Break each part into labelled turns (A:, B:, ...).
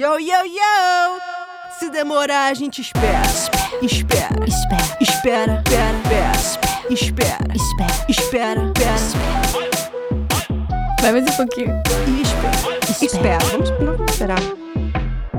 A: Yo, yo, yo! Se demorar, a gente espera. Espera.
B: Espera,
A: Espera, espera, espera. Espera.
B: espera,
A: Espera, espera.
B: Vai mais um pouquinho.
A: E espera. Espera. Vamos, vamos esperar.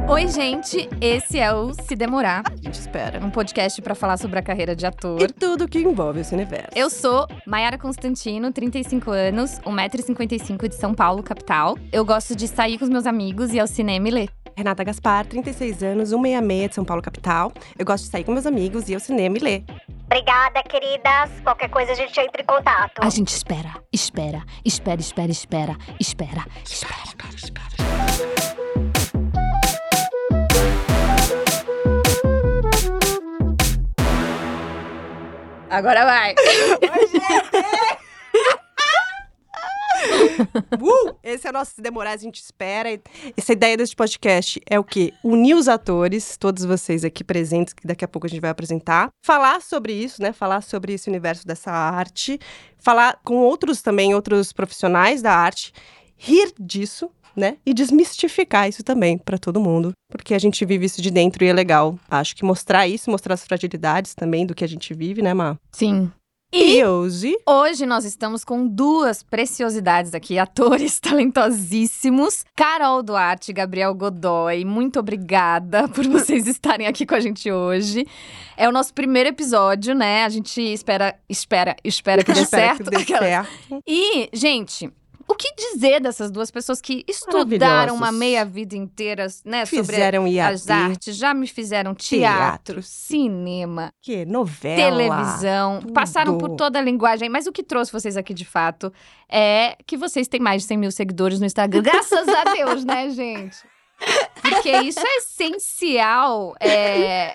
B: Oi, gente, esse é o Se Demorar,
A: A gente espera.
B: um podcast pra falar sobre a carreira de ator.
A: E tudo que envolve esse universo.
B: Eu sou Maiara Constantino, 35 anos, 1,55m de São Paulo, capital. Eu gosto de sair com os meus amigos e ir ao cinema e ler.
A: Renata Gaspar, 36 anos, 166 de São Paulo, capital. Eu gosto de sair com meus amigos, ir ao cinema e ler.
C: Obrigada, queridas. Qualquer coisa a gente entra em contato.
B: A gente espera, espera, espera, espera, espera, espera, espera. Agora vai!
A: Uh! Esse é o nosso Se Demorar, a gente espera. E Essa ideia desse podcast é o quê? Unir os atores, todos vocês aqui presentes, que daqui a pouco a gente vai apresentar. Falar sobre isso, né? Falar sobre esse universo dessa arte. Falar com outros também, outros profissionais da arte. Rir disso, né? E desmistificar isso também para todo mundo. Porque a gente vive isso de dentro e é legal. Acho que mostrar isso, mostrar as fragilidades também do que a gente vive, né, Má?
B: Sim.
A: E, hoje...
B: Hoje nós estamos com duas preciosidades aqui, atores talentosíssimos. Carol Duarte e Gabriel Godoy, muito obrigada por vocês estarem aqui com a gente hoje. É o nosso primeiro episódio, né? A gente espera, espera, espera que dê
A: espero
B: certo.
A: Que dê
B: Aquela-
A: certo.
B: E, gente, o que dizer dessas duas pessoas que
A: Maravilhosas.
B: estudaram uma meia vida inteira, né, sobre
A: Fizeram IAD.
B: as artes, já me fizeram teatro,
A: Teatro.
B: cinema,
A: Que novela.
B: televisão,
A: tudo.
B: passaram por toda a linguagem, mas o que trouxe vocês aqui de fato é que vocês têm mais de 100 mil seguidores no Instagram. Graças a Deus, né, gente? Porque isso é essencial. é,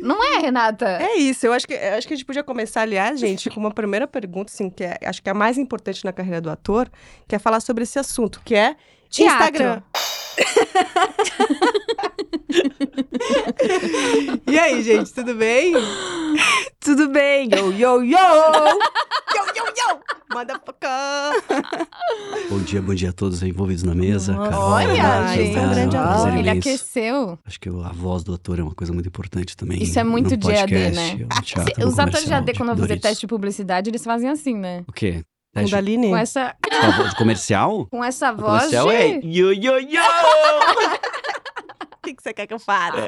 B: Não é, Renata?
A: É isso, eu acho que, eu acho que a gente podia começar, aliás, gente, com uma primeira pergunta, assim, que é- acho que é a mais importante na carreira do ator, que é falar sobre esse assunto, que é
B: Teatro.
A: Instagram. e aí, gente, tudo bem?
D: Tudo bem? Yo, yo, yo!
A: Yo, yo, yo! Motherfucker!
E: Bom dia, bom dia a todos envolvidos na mesa.
D: Nossa.
E: Carol,
A: Olha,
E: Renata,
A: gente,
E: Giovana,
A: um grande abraço.
E: prazer
B: Ele
E: imenso.
B: aqueceu.
E: Acho que a voz do ator é uma coisa muito importante também.
B: Isso é muito
E: no
B: de AD,
E: podcast,
B: né?
E: no teatro,
B: Se-
E: no
B: Os atores de
E: comercial,
B: AD, quando vão fazer
E: Doritos.
B: teste de publicidade, eles fazem assim, né?
E: O quê?
A: O
E: Teste de
A: Daline?
B: Com essa,
E: com a voz de comercial?
B: com essa
E: O
B: voz
E: comercial
B: de...
E: é yo, yo, yo!
A: O que que você quer que eu fale?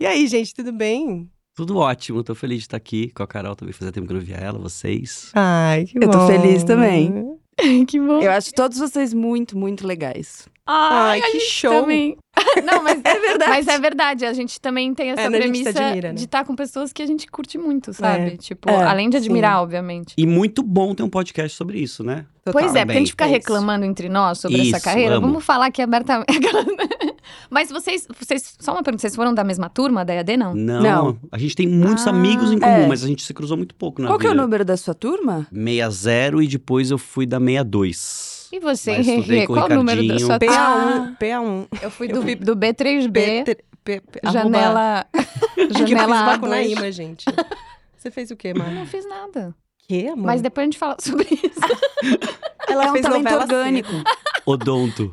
A: e aí, gente, tudo bem?
E: Tudo ótimo, tô feliz de estar aqui com a Carol também. Fazia tempo que eu não via ela, vocês.
A: Ai, que
D: Eu tô
A: bom.
D: feliz também.
B: que bom.
D: Eu acho todos vocês muito, muito legais.
A: Ai, que show!
B: Também. Não, mas
D: É verdade.
B: Mas é verdade, a gente também tem essa
A: É, né, a gente se
B: premissa
A: admira, né?
B: de estar com pessoas que a gente curte muito, sabe? Tipo,
D: é,
B: além de admirar, obbiamente.
E: E muito bom ter um podcast sobre isso, né?
A: Total.
B: Pois é, porque a gente fica
E: Também, é isso.
B: reclamando entre nós sobre essa
E: Isso,
B: carreira.
E: amo.
B: Vamos falar aqui abertamente. Mas vocês, vocês, só uma pergunta, vocês foram da mesma turma da EAD, não?
E: Não,
D: Não.
E: a gente tem muitos
B: Ah.
E: amigos em comum,
D: É.
E: mas a gente se cruzou muito pouco na
D: Qual que é o
E: vida.
D: número da sua turma?
E: 60 e depois eu fui da 62.
B: E você,
E: Mas estudei
B: Henrique,
E: com o
B: qual o número da
E: Ricardinho.
B: sua turma?
A: PA1, PA1.
B: Eu fui
A: eu
B: do,
A: fui-
B: do B3B,
A: Ah. P- P- P- arroba-
B: janela,
A: que eu fiz
B: janela A2.
A: Macunaíma, gente. Você fez o quê,
B: Não
A: Mar?
B: fiz nada.
A: Que, amor?
B: Mas depois a gente fala sobre isso.
A: ela
D: é um talento orgânico.
E: Odonto.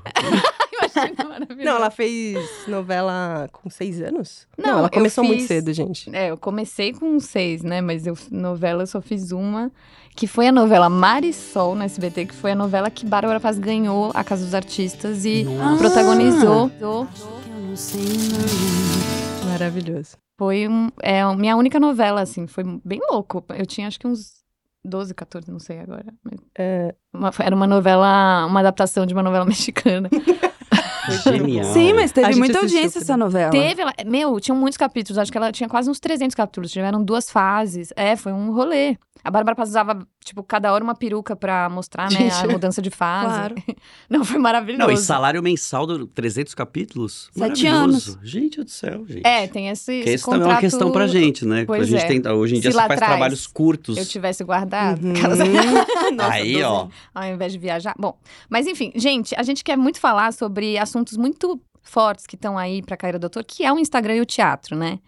B: Imagina, maravilhoso.
A: Não, ela fez novela com seis anos?
B: Não,
A: ela
B: eu
A: começou muito
B: fiz-
A: cedo, gente.
B: É, eu comecei com seis, né? Mas eu novela eu só fiz uma, que foi a novela Marisol na SBT, que foi a novela que Bárbara Paz ganhou a Casa dos Artistas e
E: Nossa.
B: protagonizou.
A: Maravilhoso.
B: Foi um, é, a minha única novela, assim, foi bem louco. Eu tinha acho que uns 12, 14, não sei agora. mas-
A: É.
B: Uma- era uma novela, uma adaptação de uma novela mexicana.
E: Genial.
D: Sim, mas
A: A
D: teve
A: gente
D: muita
A: assistiu
D: audiência
A: tudo.
D: essa novela.
B: Teve, ela, meu, tinham muitos capítulos, acho que ela tinha quase uns 300 capítulos, tiveram duas fases. É, foi um rolê. A Bárbara Paz usava, tipo, cada hora uma peruca pra mostrar, né,
A: Gente,
B: a mudança de fase.
D: Claro.
B: Não, foi maravilhoso.
E: Não, e salário mensal de 300 capítulos?
D: Sete
E: Maravilhoso. Gente do céu, gente.
B: É, tem esse,
E: Porque
B: esse
E: isso também é uma questão pra
B: contrato-
E: gente, né?
B: Pois
E: a gente
B: é.
E: tenta- hoje em
B: Se
E: dia
B: lá
E: você faz
B: atrás
E: trabalhos curtos.
B: Eu tivesse guardado,
A: Uhum.
B: caso-
A: Nossa,
E: Aí,
A: doze-
E: ó.
B: Uhum. ao invés de viajar. Bom, mas enfim, gente, a gente quer muito falar sobre assuntos muito fortes que estão aí pra carreira do ator, que é o Instagram e o teatro, né?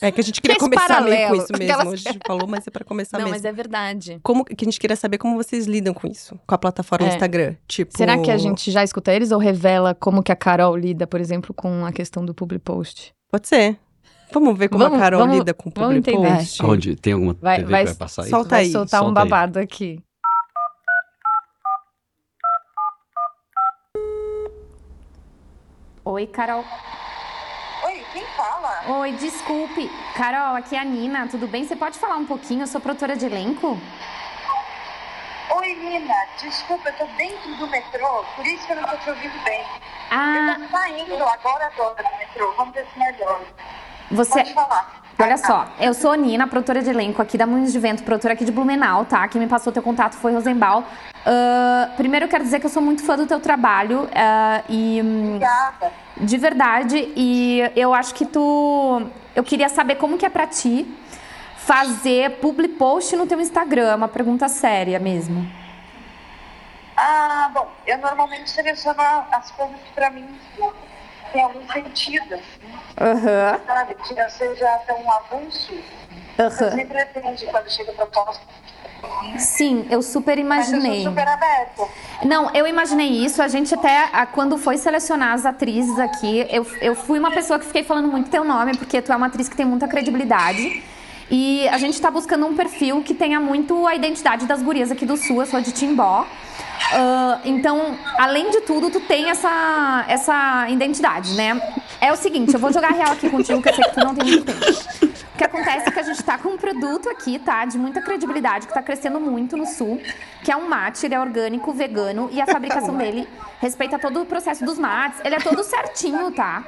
A: É que a gente queria
B: Fez
A: começar meio com
B: paralelo.
A: isso mesmo.
B: Aquelas-
A: Hoje A gente falou, mas é pra começar
B: Não,
A: mesmo.
B: mas é verdade.
A: Como que a gente queria saber como vocês lidam com isso, com a plataforma
B: É.
A: Instagram? Tipo,
B: Será que a gente já escuta eles ou revela como que a Carol lida, por exemplo, com a questão do public post?
A: Pode ser. Vamos ver como
B: Vamos-
A: a Carol
B: vamos-
A: lida com o
B: vamos
A: public
B: entender.
A: post.
E: Onde? Tem alguma
B: Vai-
E: TV
B: vai-
E: que vai passar isso?
A: solta
B: Vai
A: aí,
B: soltar um
E: solta aí.
B: babado aqui.
F: Oi, Carol.
G: Oi, quem fala?
F: Oi, desculpe. Carol, aqui é a Nina. Tudo bem? Você pode falar um pouquinho? Eu sou produtora de elenco.
G: Oi, Nina. Desculpa, eu tô dentro do metrô, por isso que eu não tô te ouvindo bem.
F: Ah,
G: Eu tô saindo agora, agora do metrô. Vamos ver se melhor.
F: você.
G: Pode falar.
F: Olha só, eu sou a Nina, produtora de elenco aqui da Munhos de Vento, produtora aqui de Blumenau, tá? Quem me passou teu contato foi Rosenbal. Ah, primeiro, eu quero dizer que eu sou muito fã do teu trabalho ah, e. hum,
G: Obrigada.
F: De verdade, e eu acho que tu. Eu queria saber como que é pra ti fazer public post no teu Instagram. É uma pergunta séria mesmo.
G: Ah, bom, eu normalmente seleciono as coisas que pra mim assim, têm algum sentido, assim,
F: Aham,
G: sabe? Que não seja tão avulso.
F: aham.
G: Eu sempre atendo quando chega proposta.
F: Sim, eu super
G: Mas eu
F: imaginei.
G: sou super aberta.
F: Não, eu imaginei isso. A gente até, a- quando foi selecionar as atrizes aqui, eu, eu fui uma pessoa que fiquei falando muito teu nome, porque tu é uma atriz que tem muita credibilidade. E a gente tá buscando um perfil que tenha muito a identidade das gurias aqui do Sul. Eu sou de Timbó. Ah, então, além de tudo, tu tem essa, essa identidade, né? É o seguinte, eu vou jogar real aqui contigo, que eu sei que tu não tem muito tempo. O que acontece é que a gente tá com um produto aqui, tá? De muita credibilidade, que tá crescendo muito no sul, que é um mate, ele é orgânico, vegano, e a fabricação dele respeita todo o processo dos mates, ele é todo certinho, tá?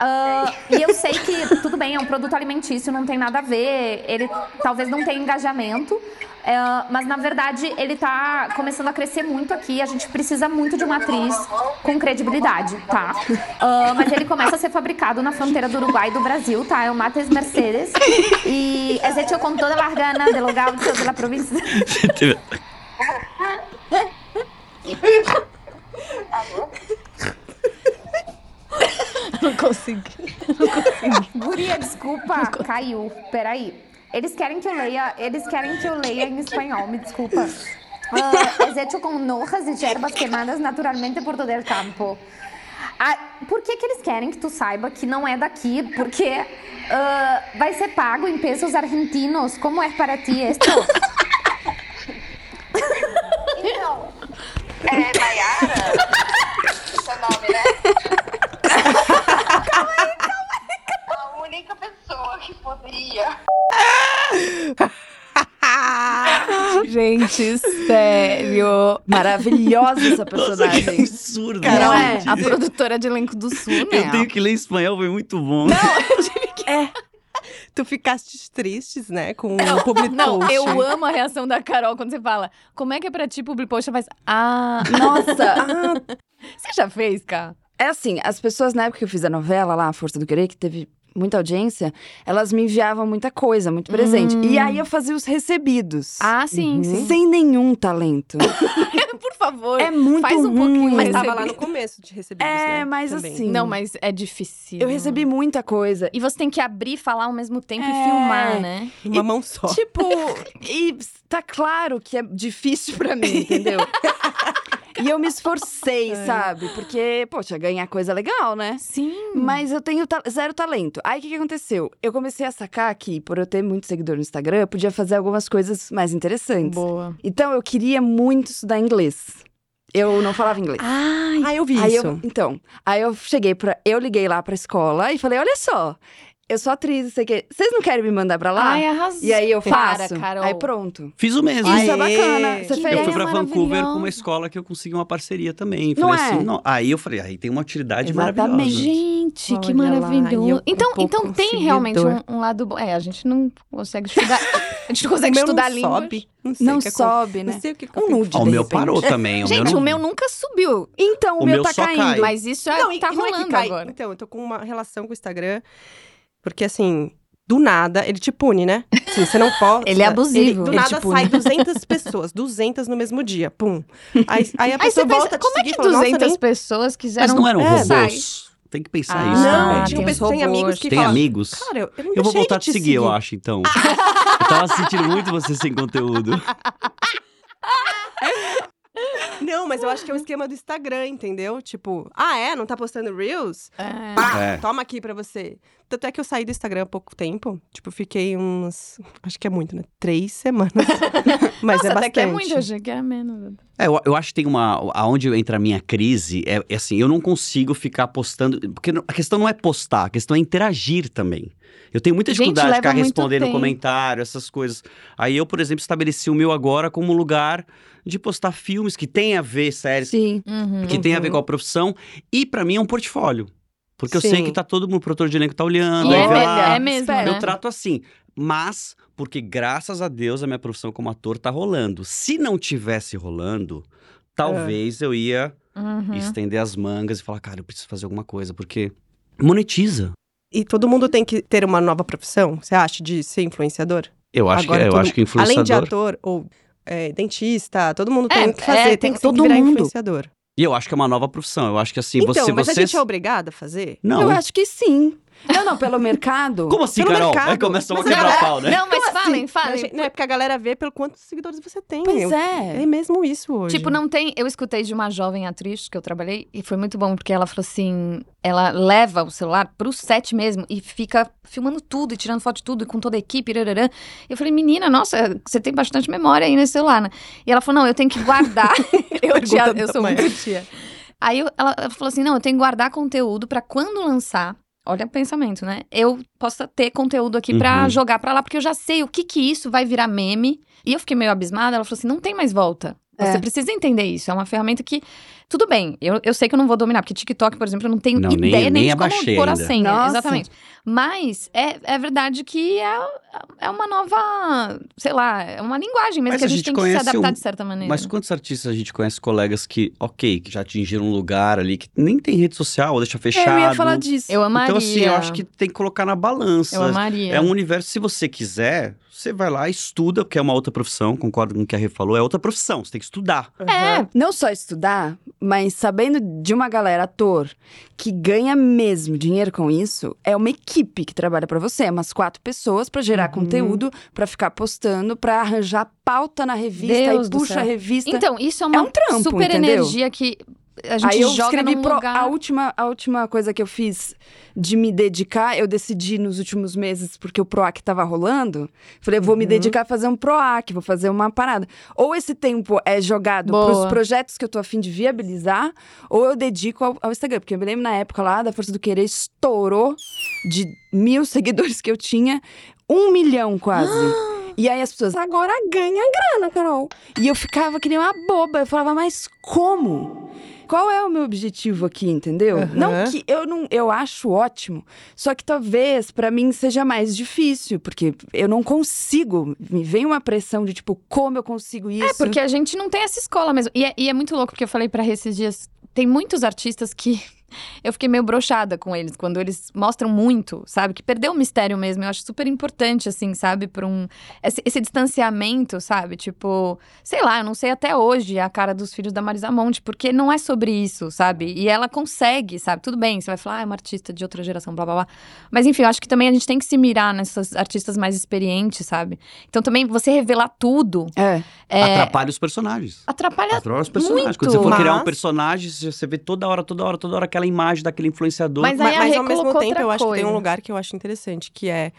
F: Ah, e eu sei que, tudo bem, é um produto alimentício, não tem nada a ver, ele talvez não tenha engajamento, é, mas na verdade ele tá começando a crescer muito aqui. A gente precisa muito de uma atriz com credibilidade, tá? Ah, mas ele começa a ser fabricado na fronteira do Uruguai e do Brasil, tá? É o Mates Mercedes. E é hecho com toda a largana de local de la província.
B: Não consegui.
F: Guria, desculpa, caiu. Peraí. Eles querem que eu leia, eles querem que eu leia em espanhol, me desculpa. Ah, es hecho con hojas e ervas queimadas naturalmente por todo el campo. Ah, por que, que eles querem que tu saiba que não é daqui? Porque ah, vai ser pago em pesos argentinos. Como é para ti esto?
G: Então, é Nayara? Seu nome, né? A única pessoa que poderia.
B: Gente, sério.
D: Maravilhosa essa personagem.
E: absurdo.
D: Carol,
B: Não
E: gente.
B: é? A produtora de elenco do Sul, né?
E: Eu tenho que ler espanhol, foi muito bom.
A: Tu ficaste tristes, né, com o public
B: É, Não,
A: post.
B: eu amo a reação da Carol quando você fala, como é que é pra ti public post? Ela faz, ah, nossa. você já fez, cara?
D: É assim, as pessoas na época que eu fiz a novela lá, A Força do Querer, que teve muita audiência, elas me enviavam muita coisa, muito presente. E aí eu fazia os recebidos.
B: Ah, sim, sim.
D: Sem nenhum talento.
B: Por favor.
D: uhum. É muito
B: Faz um pouquinho
D: ruim.
A: Mas
B: mais
A: tava lá
B: recebido.
A: no começo de receber
D: É,
A: né,
D: mas
A: também.
D: assim-
B: Não, mas é difícil.
D: Eu recebi muita coisa.
B: E você tem que abrir, falar ao mesmo tempo e
D: É.
B: filmar, né?
A: Uma mão só.
D: Tipo, e tá claro que é difícil pra mim, entendeu? e eu me esforcei,
A: É.
D: sabe? Porque, poxa, ganhar coisa é legal, né?
B: Sim.
D: Mas eu tenho ta- zero talento. Aí o que, que aconteceu? Eu comecei a sacar que, por eu ter muito seguidor no Instagram, eu podia fazer algumas coisas mais interessantes.
B: Boa.
D: Então eu queria muito estudar inglês. Eu não falava inglês.
B: Ai,
A: Ah, eu vi
D: Aí
A: isso.
D: eu, então, aí eu cheguei pra. Eu liguei lá pra escola e falei: olha só, eu sou atriz, sei que. Vocês não querem me mandar pra lá?
B: ai arrasou.
D: E aí eu
B: Para,
D: faço.
B: Carol.
D: Aí pronto.
E: Fiz o mesmo.
A: Ai,
D: Isso é
A: Aê!
D: bacana. Você
B: Que
D: fez.
E: Eu fui
B: é
E: pra Vancouver
B: maravilhosa.
E: com uma escola que eu consegui uma parceria também.
D: Não
E: Falei assim,
D: é?
E: não. Aí eu falei, aí tem uma utilidade
D: Exatamente.
E: maravilhosa.
B: Gente,
A: Olha lá,
B: que
A: e
B: maravilhoso.
A: eu com
B: então,
A: pouco
B: então tem realmente um,
A: seguidor.
B: um lado bom. É, a gente não consegue estudar. A gente não
A: O
B: consegue
A: meu
B: estudar
A: não
B: língua.
A: sobe. Não, sei
D: Não
A: o que é com-
D: sobe, né?
A: Não sei o que que eu
D: Um
A: tenho
D: nude.
A: que
E: Ah, o
D: de
E: meu
D: repente.
E: parou também. o meu
B: Gente,
E: não...
B: o meu nunca subiu.
D: Então, o,
E: O
D: meu
E: meu
D: tá
E: só cai.
D: caindo.
B: Mas isso é,
A: Não, e
B: tá
A: não é que
B: rolando
A: cai.
B: agora.
A: Então, eu tô com uma relação com o Instagram, porque assim, do nada, ele te pune, né? Assim, você não pode.
B: Ele é abusivo.
A: do
B: Ele
A: nada
B: te pune.
A: sai 200 pessoas, 200 no mesmo dia, pum. Aí, aí a
B: Aí você
A: pessoa
B: pensa,
A: volta a te
B: como é
A: seguir
B: que
A: e fala,
B: 200
A: nossa, nem...
B: pessoas
E: Mas
B: quiseram...
E: não eram
A: É,
E: robôs.
B: sai.
E: tem que pensar
B: Ah,
E: isso
A: não,
E: também.
A: tinha
B: tem
A: pessoas-
B: uns
A: tem amigos
B: robôs.
A: que
E: Tem
A: falam.
E: amigos?
A: Cara, eu, eu não
E: eu vou
A: deixei
E: voltar a
A: de
E: te seguir, eu acho, então. eu tava sentindo muito você sem conteúdo.
A: Não, mas eu acho que é o esquema do Instagram, entendeu? Tipo, ah, é? Não tá postando Reels?
B: Ah.
A: Pá,
E: É.
A: toma aqui pra você. Tanto é que eu saí do Instagram há pouco tempo. Tipo, fiquei uns. Acho que é muito, né? Três semanas. mas
B: Nossa,
A: é
B: até
A: bastante.
B: que é muito, eu achei que era menos.
E: É, eu, eu acho que tem uma. Aonde entra a minha crise é, é assim, eu não consigo ficar postando. Porque não- a questão não é postar, a questão é interagir também. Eu tenho muita
B: Gente,
E: dificuldade de ficar
B: leva muito
E: respondendo
B: tempo.
E: comentário, essas coisas. Aí eu, por exemplo, estabeleci o meu agora como lugar de postar filmes que tem a ver, séries,
D: Sim.
B: Uhum.
E: que tem a ver com a profissão. E pra mim é um portfólio. Porque eu sei
A: Sim.
E: que tá todo mundo, o produtor de elenco tá olhando,
B: E
E: aí
B: é,
E: vê
B: me-
E: lá.
B: é mesmo,
D: Espera,
B: né?
E: Eu trato assim, mas porque graças a Deus a minha profissão como ator tá rolando. Se não tivesse rolando,
A: Ah.
E: talvez eu ia
B: Uhum.
E: estender as mangas e falar, cara, eu preciso fazer alguma coisa, porque monetiza.
A: E todo mundo tem que ter uma nova profissão, você acha, de ser influenciador?
E: Eu acho
A: Agora
E: que é, eu
A: todo-
E: acho que
A: Além de
E: influenciador.
A: ator ou é, dentista, todo mundo
B: É,
A: tem que fazer,
B: é,
A: tem que
B: todo
A: virar
B: mundo.
A: influenciador.
E: E eu acho que é uma nova profissão. Eu acho que assim,
A: então,
E: você
A: mas
E: você
A: a gente é obrigada a fazer?
E: Não.
D: Eu acho que sim. Não, não, pelo mercado.
E: Como assim,
A: Pelo
E: Carol?
A: mercado.
E: Aí começa uma
A: Mas
B: não, é-
E: quebra-pau, né?
B: Não, mas falem,
A: Não,
B: falem.
A: gente, Não, é porque a galera vê pelo quantos seguidores você
E: assim?
A: tem.
D: Pois
A: É
D: é.
A: mesmo isso hoje.
B: Tipo, não tem. Eu escutei de uma jovem atriz que eu trabalhei e foi muito bom, porque ela falou assim: ela leva o celular pro set mesmo e fica filmando tudo e tirando foto de tudo e com toda a equipe. Rararã. Eu falei, menina, nossa, você tem bastante memória aí nesse celular, né? E ela falou: não, eu tenho que guardar. eu, tia,
A: Pergunta
B: eu
A: da
B: sou
A: mãe.
B: muito tia. Aí eu- ela, ela falou assim: não, eu tenho que guardar conteúdo pra quando lançar. Olha o pensamento, né? Eu possa ter conteúdo aqui pra
E: Uhum.
B: jogar pra lá, porque eu já sei o que que isso vai virar meme. E eu fiquei meio abismada, ela falou assim: não tem mais volta. Você
D: É.
B: precisa entender isso. É uma ferramenta que. Tudo bem, eu, eu sei que eu não vou dominar, porque TikTok, por exemplo, eu não tenho
E: Não, nem-
B: ideia nem,
E: nem é
B: de como
E: abaixei
B: pôr a
E: ainda.
B: senha.
D: Nossa.
B: Exatamente. Mas é, é verdade que é, é uma nova. Sei lá, é uma linguagem mesmo
E: Mas
B: que a
E: a
B: gente,
E: gente
B: tem que se
E: conhece
B: adaptar
E: um-
B: de certa maneira.
E: Mas quantos artistas a gente conhece, colegas que, ok, que já atingiram um lugar ali, que nem tem rede social, ou deixa
D: É,
E: fechado.
D: eu ia falar disso.
B: Eu amaria.
E: Então, assim, eu acho que tem que colocar na balança.
B: Eu amaria.
E: É um universo, se você quiser, você vai lá, estuda, porque é uma outra profissão, concordo com o que a Rê falou, é outra profissão, você tem que estudar.
B: É,
D: Não só estudar, mas sabendo de uma galera ator que ganha mesmo dinheiro com isso, é uma equipe que trabalha pra você, é umas quatro pessoas pra gerar
A: Uhum.
D: conteúdo, pra ficar postando, pra arranjar pauta na revista
B: Deus
D: e
B: do
D: puxa
B: céu.
D: a revista.
B: Então, isso é uma
D: É um trampo,
B: super
D: entendeu?
B: energia que a gente
D: Aí eu
B: joga
D: escrevi
B: num
D: pro-
B: lugar.
D: a última a última coisa que eu fiz de me dedicar, eu decidi nos últimos meses porque o Proac tava rolando, falei, eu vou me
A: Uhum.
D: dedicar a fazer um Proac, vou fazer uma parada. Ou esse tempo é jogado
B: Boa.
D: pros projetos que eu tô a fim de viabilizar, ou eu dedico ao, ao Instagram, porque eu me lembro na época lá da Força do Querer estourou de mil seguidores que eu tinha, um milhão quase. E aí as pessoas, agora ganha grana, Carol. E eu ficava que nem uma boba. Eu falava, mas como? Qual é o meu objetivo aqui, entendeu?
A: Aham.
D: Não que eu não, eu acho ótimo, só que talvez pra mim seja mais difícil, porque eu não consigo, me vem uma pressão de tipo, como eu consigo isso?
B: É, porque a gente não tem essa escola mesmo. E é, e é muito louco, porque eu falei pra Rê esses dias. Tem muitos artistas que eu fiquei meio broxada com eles, quando eles mostram muito, sabe? Que perdeu o mistério mesmo. Eu acho super importante, assim, sabe? Por um. Esse, esse distanciamento, sabe? Tipo, sei lá, eu não sei até hoje a cara dos filhos da Marisa Monte, porque não é sobre isso, sabe? E ela consegue, sabe? Tudo bem, você vai falar, ah, é uma artista de outra geração, blá blá blá. Mas enfim, eu acho que também a gente tem que se mirar nessas artistas mais experientes, sabe? Então também você revelar tudo.
D: É.
B: É,
E: Atrapalha os personagens.
B: atrapalha
E: Atrapalha os personagens. Quando você
B: muito.
E: for criar um
A: Mas-
E: personagem, você você vê toda hora, toda hora, toda hora aquela imagem daquele influenciador.
B: Mas
A: Ma-
B: aí
A: Mas,
B: a Rê
A: ao mesmo
B: colocou
A: tempo,
B: outra
A: eu acho que tem um
B: coisa.
A: lugar que eu acho interessante, que é.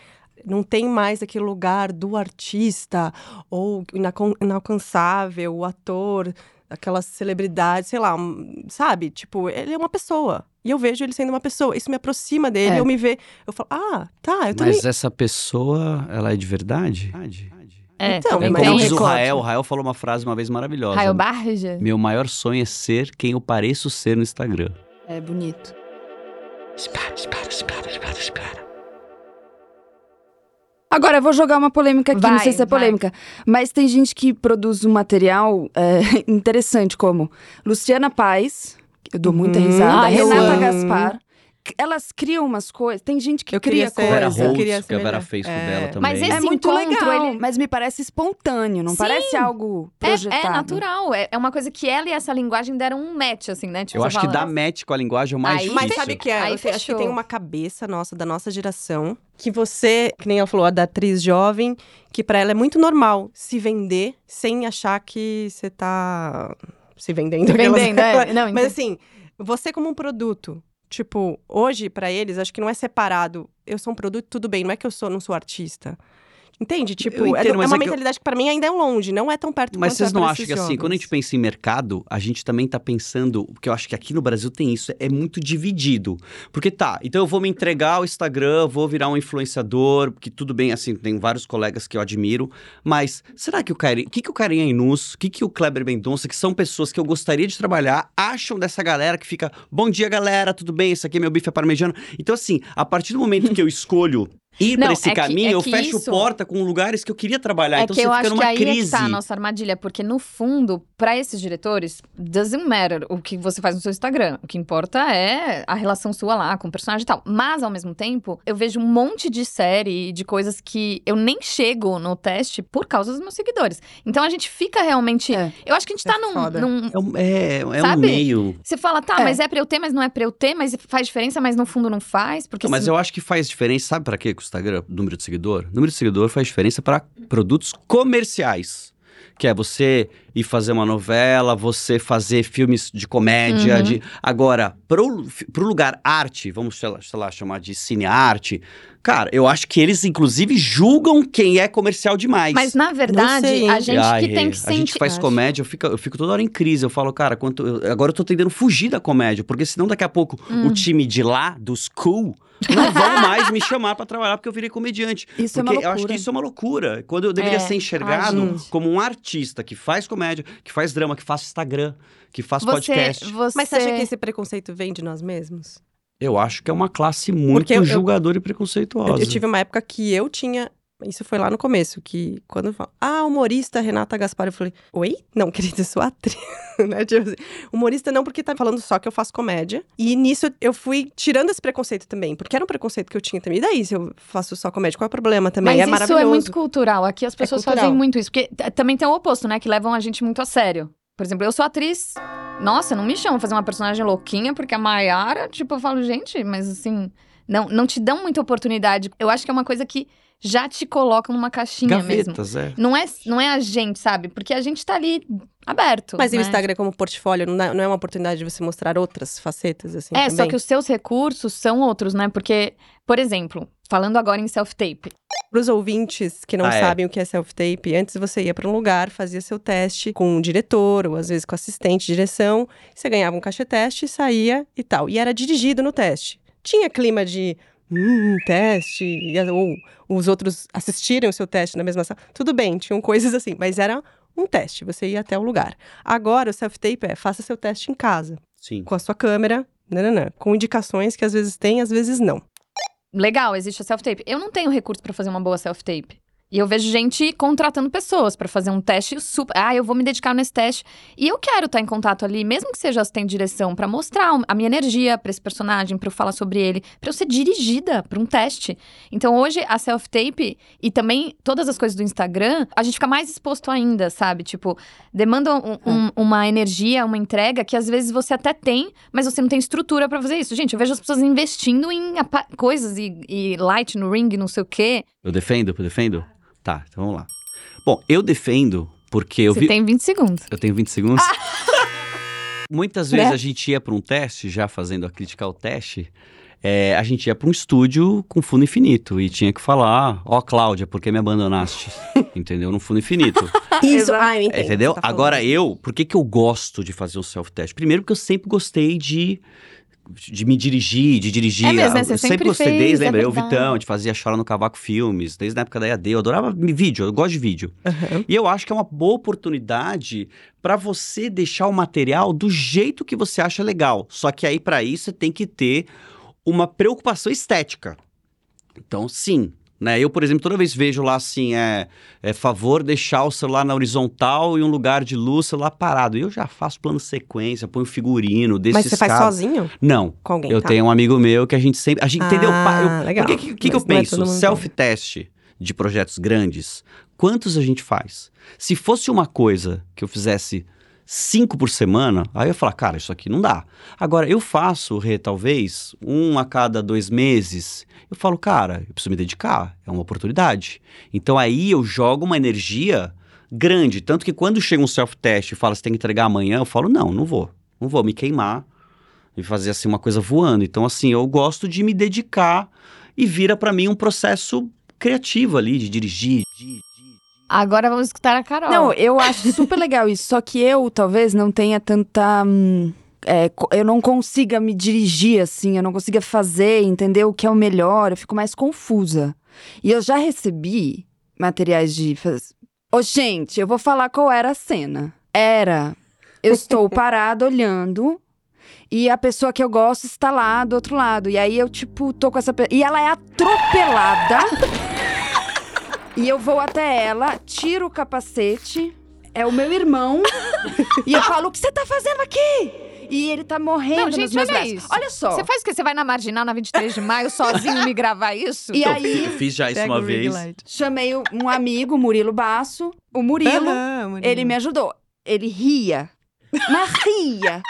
A: Não tem mais aquele lugar do artista, ou inacan- inalcançável, o ator, aquela celebridade, sei lá, um, sabe? Tipo, ele é uma pessoa. E eu vejo ele sendo uma pessoa. Isso me aproxima dele,
D: É.
A: eu me vejo. Eu falo, ah, tá, eu também.
E: Mas essa pessoa, ela é de verdade?
B: É,
A: Então,
E: É
A: mas tem
E: como diz o
A: recorte.
E: Rael, o Rael falou uma frase uma vez maravilhosa.
B: Raio Barja?
E: Meu maior sonho é ser quem eu pareço ser no Instagram.
D: É bonito.
E: Espera, espera, espera, espera, espera.
D: Agora, eu vou jogar uma polêmica aqui, não
B: Vai,
D: sei se é
B: vai.
D: polêmica, mas tem gente que produz um material é, interessante, como Luciana Paz, eu dou muita
A: Uhum.
D: risada,
B: Ah, eu
D: Renata
B: amo.
D: Gaspar, elas criam umas coisas. Tem gente que
A: Eu queria
D: cria
A: ser-
E: Vera
A: Vera Holtz, É,
D: coisas.
A: eu
E: Holtz,
A: queria
E: que a Vera
A: assemelhar.
E: fez com
A: É.
E: dela também.
B: Mas esse
D: É muito
B: encontro,
D: legal,
B: ele-
D: mas me parece espontâneo, não
B: Sim.
D: parece algo
B: É,
D: projetado.
A: né?
B: é natural, é, é uma coisa que ela e essa linguagem deram um match, assim, né? Tipo,
E: Eu
B: você
E: acho que
B: fala,
E: dar match com a linguagem é o mais
B: Aí-
E: difícil.
A: Mas sabe o que é?
B: Aí
A: Eu te- acho que
B: fechou.
A: tem uma cabeça nossa, da nossa geração, que você, que nem ela falou, a da atriz jovem, que pra ela é muito normal se vender sem achar que você tá se vendendo. aquelas-
H: Vendendo, é. Não,
B: então,
A: Mas assim, você como um produto, tipo, hoje pra eles acho que não é separado. Eu sou um produto, tudo bem, não é que eu sou, não sou artista. Entende? Tipo, é
E: entendo,
A: do- é, uma
E: mas é que eu-
A: mentalidade que pra mim ainda é longe, não é tão perto
E: Mas
A: quanto
E: vocês
A: é
E: não
A: pra
E: acham
A: esses
E: que assim,
A: jovens.
E: quando a gente pensa em mercado, a gente também tá pensando, porque eu acho que aqui no Brasil tem isso, é muito dividido. Porque tá, então eu vou me entregar ao Instagram, vou virar um influenciador, que tudo bem, assim, tem vários colegas que eu admiro, mas será que o Carinha, o que, que o Carinha Inus, o que, que o Kleber Mendonça, que são pessoas que eu gostaria de trabalhar, acham dessa galera que fica, bom dia galera, tudo bem, esse aqui é meu bife é parmegiano. Então assim, a partir do momento que eu escolho ir
B: Não,
E: pra esse
B: é que-
E: caminho,
B: é
E: eu
B: que
E: fecho
B: isso-
E: porta com lugares que eu queria trabalhar.
B: É
E: então
B: que
E: você
B: eu
E: fica
B: acho que
E: numa
B: aí é que
E: crise.
B: tá a nossa armadilha, porque no fundo, pra esses diretores, doesn't matter o que você faz no seu Instagram. O que importa é a relação sua lá com o personagem e tal. Mas, ao mesmo tempo, eu vejo um monte de série e de coisas que eu nem chego no teste por causa dos meus seguidores. Então a gente fica realmente.
D: É.
B: Eu acho que a gente tá
A: É
B: num,
A: foda.
B: num-
E: É, um- é- é um
B: Sabe?
E: meio.
B: Você fala, tá,
D: É.
B: mas é pra eu ter, mas não é pra eu ter, mas faz diferença, mas no fundo não faz. Porque assim
E: Mas
B: se-
E: eu acho que faz diferença, sabe pra quê que o Instagram, número de seguidor? Número de seguidor faz diferença pra produtos comerciais. Que é você ir fazer uma novela, você fazer filmes de comédia.
B: Uhum.
E: De... Agora, pro, pro lugar arte, vamos, sei lá, sei lá, chamar de cine-arte, cara, eu acho que eles, inclusive, julgam quem é comercial demais.
B: Mas na verdade,
A: sei, hein?
B: a gente
E: Ai, é.
B: que tem que
E: A
B: sentir.
E: gente faz comédia, eu fico, eu fico toda hora em crise. Eu falo, cara, quanto, eu- agora eu tô tentando fugir da comédia, porque senão daqui a pouco o time de lá, dos cool, não vão mais me chamar pra trabalhar porque eu virei comediante.
D: Isso é uma
E: porque eu
D: loucura.
E: acho que isso é uma loucura. Quando eu deveria
B: É.
E: ser enxergado
D: Ai, gente.
E: como um artista que faz comédia, que faz drama, que faz Instagram, que faz
B: Você,
E: podcast.
B: você...
A: Mas você acha que esse preconceito vem de nós mesmos?
E: Eu acho que é uma classe muito
A: Porque eu- eu-
E: julgadora e
A: Eu,
E: preconceituosa.
A: eu tive uma época que eu tinha. Isso foi lá no começo, que quando falam, ah, humorista Renata Gaspar, eu falei, oi? Não, querida, eu sou atriz, né? Tipo assim, humorista não, porque tá falando só que eu faço comédia. E nisso eu fui tirando esse preconceito também, porque era um preconceito que eu tinha também. E daí, se eu faço só comédia, qual é o problema também? é
B: Mas isso
A: maravilhoso.
B: é muito cultural. Aqui as pessoas
A: cultural.
B: fazem muito isso. Porque t- também tem o oposto, né? Que levam a gente muito a sério. Por exemplo, eu sou atriz. Nossa, não me chamam pra fazer uma personagem louquinha, porque a Mayara, tipo, eu falo, gente, mas assim. Não, não te dão muita oportunidade. Eu acho que é uma coisa que já te colocam numa caixinha mesmo.
E: Gavetas, é.
B: Não é, não é a gente, sabe? Porque a gente tá ali aberto.
A: Mas tá e o
B: né?
A: Instagram como portfólio não é, não é uma oportunidade de você mostrar outras facetas, assim,
B: É, só
A: também?
B: que os seus recursos são outros, né? Porque, por exemplo, falando agora em self-tape.
A: Para os ouvintes que não
E: Ah, é.
A: sabem o que é self-tape, antes você ia para um lugar, fazia seu teste com um diretor, ou às vezes com assistente de direção, você ganhava um cachê-teste, saía e tal. E era dirigido no teste. Tinha clima de hum, teste, e a- ou os outros assistiram o seu teste na mesma sala. Tudo bem, tinham coisas assim, mas era um teste, você ia até o lugar. Agora, o self-tape é faça seu teste em casa,
E: Sim.
A: com a sua câmera, nananã, com indicações que às vezes tem, às vezes não.
B: Legal, existe a self-tape. Eu não tenho recurso pra fazer uma boa self-tape. E eu vejo gente contratando pessoas pra fazer um teste super. Ah, eu vou me dedicar nesse teste. E eu quero estar em contato ali, mesmo que seja assistente de direção, pra mostrar um- a minha energia pra esse personagem, pra eu falar sobre ele, pra eu ser dirigida pra um teste. Então hoje a self-tape e também todas as coisas do Instagram, a gente fica mais exposto ainda, sabe? Tipo, demanda
E: É.
B: um- um- uma energia, uma entrega que às vezes você até tem, mas você não tem estrutura pra fazer isso. Gente, eu vejo as pessoas investindo em apa- coisas e, e light no ring, não sei o quê.
E: Eu defendo? Eu defendo? Tá, então vamos lá. Bom, eu defendo porque eu
B: você
E: vi.
B: tem 20 segundos.
E: Eu tenho 20 segundos?
B: Ah!
E: Muitas vezes
A: Né?
E: a gente ia pra um teste, já fazendo a crítica ao teste, é, a gente ia pra um estúdio com fundo infinito e tinha que falar, ó Cláudia, por que me abandonaste? Entendeu? No fundo infinito.
A: Isso, ah, eu entendo. o que
B: É,
A: você
E: Entendeu?
A: tá falando.
E: Agora eu, por que, que eu gosto de fazer o self-test? Primeiro porque eu sempre gostei de de me dirigir, de dirigir.
B: É mesmo, né?
E: Eu
B: Você
E: sempre,
B: sempre
E: gostei,
B: fez,
E: desde,
B: é
E: lembra? eu,
B: verdade.
E: Vitão, a gente fazia Chora no Cavaco Filmes, desde a época da EAD, eu adorava vídeo, eu gosto de vídeo.
A: Aham.
E: E eu acho que é uma boa oportunidade pra você deixar o material do jeito que você acha legal. Só que aí pra isso você tem que ter uma preocupação estética. Então, sim, Né? Eu, por exemplo, toda vez vejo lá assim, é, é favor deixar o celular na horizontal e um lugar de luz, celular parado. Eu já faço plano sequência, ponho figurino, desses
A: Mas você faz
E: caras.
A: sozinho?
E: Não,
A: Com alguém?
E: eu
A: tá.
E: tenho um amigo meu que a gente sempre. A gente, entendeu?
A: Ah,
E: Pa- eu-
A: legal.
E: Porque o que, que eu
A: Mas não é todo
E: penso?
A: mundo que-
E: Self-test de projetos grandes, quantos a gente faz? Se fosse uma coisa que eu fizesse cinco por semana, aí eu ia falar, cara, isso aqui não dá. Agora, eu faço, Rê, talvez, um a cada dois meses. Eu falo, cara, eu preciso me dedicar, é uma oportunidade. Então aí eu jogo uma energia grande. Tanto que quando chega um self-test e fala, você tem que entregar amanhã, eu falo, não, não vou. Não vou me queimar e fazer assim uma coisa voando. Então, assim, eu gosto de me dedicar e vira pra mim um processo criativo ali, de dirigir.
B: Agora vamos escutar a Carol.
D: Não, eu acho super legal isso. Só que eu talvez não tenha tanta. hum, é, co- eu não consiga me dirigir assim, eu não consiga fazer, entender o que é o melhor, eu fico mais confusa. E eu já recebi materiais de. faz- Ô, gente, eu vou falar qual era a cena. Era. Eu estou parada olhando. E a pessoa que eu gosto está lá do outro lado. E aí eu, tipo, tô com essa. pe- E ela é atropelada. E eu vou até ela, tiro o capacete, é o meu irmão, e eu falo: o que você tá fazendo aqui? E ele tá morrendo
B: Não, gente,
D: nos meus
B: olha
D: braços.
B: isso.
D: Olha só.
B: Você faz o quê? Você vai na Marginal na 23 de maio sozinho me gravar isso?
D: E
E: Então,
D: aí-
E: eu fiz já isso uma vez.
D: Chamei o- um amigo, Murilo Basso. O Murilo, ele me ajudou. Ele ria. Mas ria.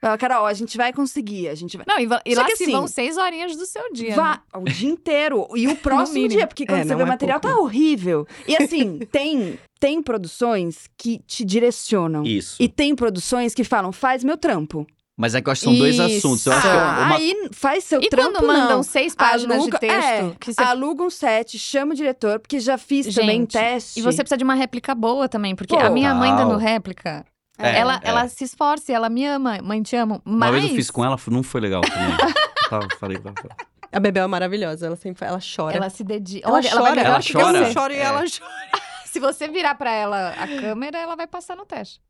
D: Falava, Carol, a gente vai conseguir, a gente vai.
B: Não, e, va- e
D: Só
B: lá
D: que
B: se
D: assim-
B: vão seis horinhas do seu dia. né?
D: Vá o dia inteiro. E o próximo
B: mínimo.
D: dia, porque quando
A: É,
D: você
A: não
D: vê o
A: é
D: material, tá horrível. E assim, tem, tem produções que te direcionam.
E: Isso.
D: E tem produções que falam, faz meu trampo.
E: Mas é que eu acho que são dois
B: Isso.
E: assuntos. Eu
A: é
E: acho que
D: Ah,
E: uma...
D: Aí faz seu
B: E
D: trampo,
B: quando mandam
D: não.
B: seis páginas
D: Aluga-
B: de texto,
D: é,
B: que você...
D: Aluga um set, chama o diretor, porque já fiz também um
B: Gente,
D: teste.
B: e você precisa de uma réplica boa também, porque
D: Pô.
B: a minha mãe dando
E: Total.
B: réplica,
E: É,
B: ela,
E: é.
B: ela se esforça, e ela me ama, mãe te amo, mas...
E: Uma vez eu fiz com ela, não foi legal pra mim. Eu tava- falei, pra-
A: A Bebel é maravilhosa, ela sempre ela chora.
B: Ela se dedica.
A: Ela
B: Olha, ela vai
A: chora.
B: gravar
E: Ela
B: que
E: chora.
B: você.
A: Eu choro e
E: É.
A: ela chora.
B: Se você virar pra ela a câmera, ela vai passar no teste.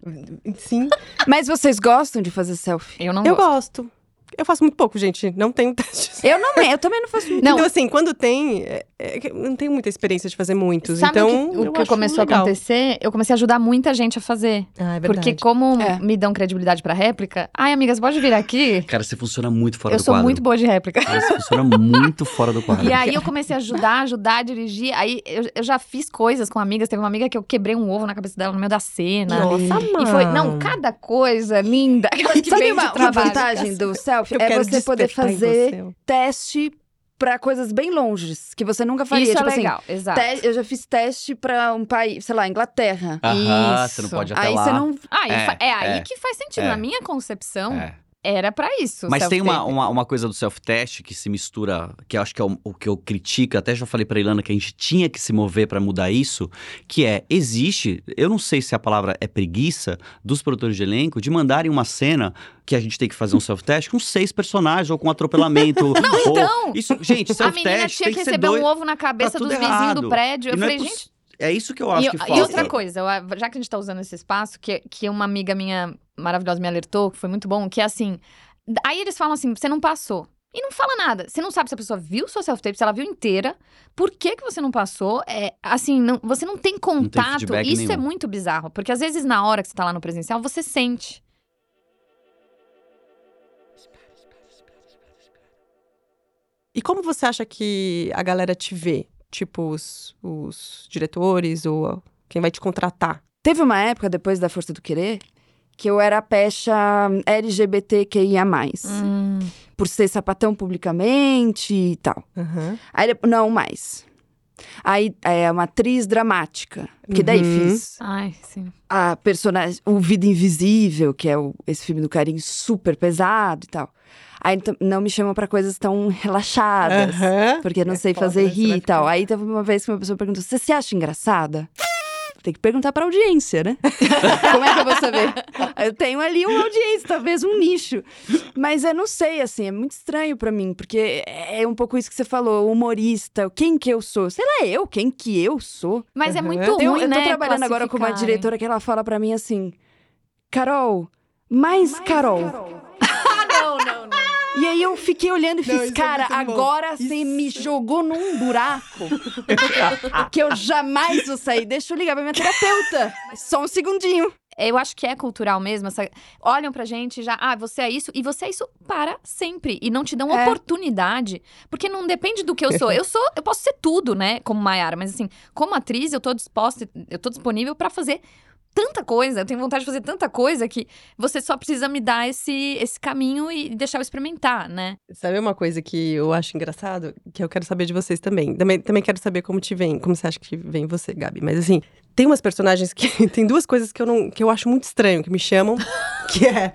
A: Sim,
D: Mas vocês gostam de fazer selfie?
B: Eu não
A: eu
B: gosto.
A: gosto. Eu faço muito pouco, gente. Não tenho testes.
D: Eu não, eu também não faço muito.
B: Não,
A: Então, assim, quando tem. é- é que eu não tenho muita experiência de fazer muitos.
B: sabe
A: então,
B: o que, o
A: eu
B: que
A: acho
B: começou a
A: legal.
B: acontecer? Eu comecei a ajudar muita gente a fazer.
A: Ah, é
B: Porque como
D: É.
B: me dão credibilidade pra réplica, ai, amigas, pode vir aqui?
E: Cara, você funciona muito fora
B: eu
E: do
B: sou
E: quadro.
B: muito boa de réplica.
E: Cara, você funciona muito fora do quadro.
B: E aí eu comecei a ajudar, ajudar, a dirigir. Aí eu, eu já fiz coisas com amigas. Teve uma amiga que eu quebrei um ovo na cabeça dela no meio da cena.
A: Nossa, mano.
B: E foi, não, cada coisa linda. Aquelas que
D: Sabe
B: vem
D: uma,
B: de
D: uma
B: trabalho.
D: vantagem do selfie?
A: Eu
D: é
A: quero
D: você poder
A: despertar em
D: fazer
A: você.
D: teste pra coisas bem longes, que você nunca faria.
B: Isso
D: tipo
B: é
D: assim,
B: legal,
A: Tá.
B: exato.
D: te- eu já fiz teste pra um país, sei lá, Inglaterra.
A: Ah,
E: Aham, você não
B: Isso.
E: pode
A: tá
E: ir até
D: Aí
E: lá.
D: você não.
B: Ah, e
E: É,
B: fa- é, aí
E: é,
B: que faz sentido.
E: é.
B: Na minha concepção,
E: É.
B: era pra isso. o
E: Mas tem uma,
B: Então,
E: um
B: self-tape.
E: uma, uma coisa do self-test que se mistura, que eu acho que é o, o que eu critico, até já falei pra Ilana que a gente tinha que se mover pra mudar isso, que é, existe, eu não sei se a palavra é preguiça dos produtores de elenco, de mandarem uma cena que a gente tem que fazer um self-test com seis personagens, ou com atropelamento. não,
B: então!
E: Isso, gente,
B: A menina
E: self-test
B: tinha
E: tem
B: que
E: que ser
B: receber
E: dois...
B: um ovo na cabeça
E: Tá
B: dos
E: tudo
B: vizinhos do
E: errado.
B: prédio. Eu
E: E não
B: falei,
E: é, poss-
B: gente.
E: é isso que eu acho
B: e,
E: que
B: e
E: falta.
B: outra coisa, eu- já que a gente tá usando esse espaço, que, que uma amiga minha maravilhosa me alertou, que foi muito bom, que é assim. Aí eles falam assim: você não passou. E não fala nada. Você não sabe se a pessoa viu sua self-tape, se ela viu inteira. Por que, que você não passou? É, assim, não- você não tem contato.
E: feedback
B: Isso é
E: nenhum.
B: muito bizarro. Porque às vezes, na hora que você tá lá no presencial, você sente.
A: E como você acha que a galera te vê? Tipo, os, os diretores ou a- quem vai te contratar?
D: Teve uma época, depois da Força do Querer, que eu era a pecha LGBTQIA.
A: Hum.
D: Hum, Por ser sapatão publicamente e tal. Aí depois, não mais. Aí é uma atriz dramática. Porque daí
A: Uhum.
D: fiz
B: Ai, sim.
D: a personagem, o Vida Invisível, que é o- esse filme do carinho super pesado e tal. Aí então, não me chamam pra coisas tão relaxadas.
A: Aham.
D: Porque eu não
A: É
D: sei
A: foda,
D: fazer
A: né? Você
D: rir
A: vai
D: e tal.
A: ficar-
D: Aí teve uma vez que uma pessoa perguntou: Você se acha engraçada? Tem que perguntar pra audiência, né? Como é que eu vou saber? Eu tenho ali uma audiência, talvez um nicho. Mas eu não sei, assim, é muito estranho pra mim, porque é um pouco isso que você falou, humorista, quem que eu sou? Sei lá, eu, quem que eu sou?
B: Mas é
A: Uhum.
B: muito
A: Eu
B: ruim,
D: um- Eu, eu tô
B: né?
D: trabalhando agora com uma
B: classificarem.
D: diretora que ela fala pra mim assim: Carol, mais, Carol.
B: Ah, não, não, não.
D: E E aí eu fiquei olhando e
A: Não,
D: fiz,
A: isso é
D: cara,
A: muito bom.
D: agora você me jogou num buraco que eu jamais vou sair. Deixa eu ligar pra minha terapeuta. Só um segundinho.
B: Eu acho que é cultural mesmo. essa- Olham pra gente já, ah, você é isso, e você é isso para sempre. E não te dão
D: É.
B: oportunidade. Porque não depende do que eu sou. Eu sou, eu posso ser tudo, né? Como Maiara, mas assim, como atriz, eu tô disposta, eu tô disponível pra fazer tanta coisa. Eu tenho vontade de fazer tanta coisa que você só precisa me dar esse, esse caminho e deixar eu experimentar, né?
A: Sabe uma coisa que eu acho engraçado? Que eu quero saber de vocês também. Também, também quero saber como te vem, como você acha que vem você, Gabi. Mas assim, tem umas personagens que. tem duas coisas que eu não. que eu acho muito estranho, que me chamam, que é.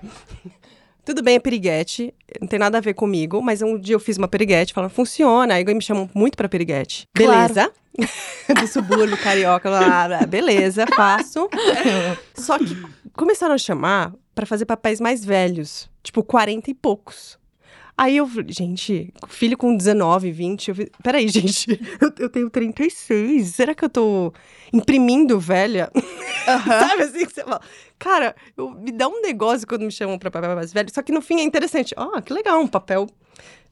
A: Tudo bem, é piriguete, não tem nada a ver comigo, mas um dia eu fiz uma piriguete, falaram, funciona, aí me chamam muito pra piriguete.
D: Claro.
A: Beleza. Do subúrbio carioca, lá, lá, beleza, faço. Só que começaram a chamar pra fazer papéis mais velhos, tipo 40 e poucos. Aí eu falei, gente, filho com 19, 20, eu falei, peraí, gente, eu, eu tenho 36, será que eu tô imprimindo velha? Sabe assim que você fala? Cara, eu- me dá um negócio quando me chamam pra papel mais velho, só que no fim é interessante. Ah, que legal, um papel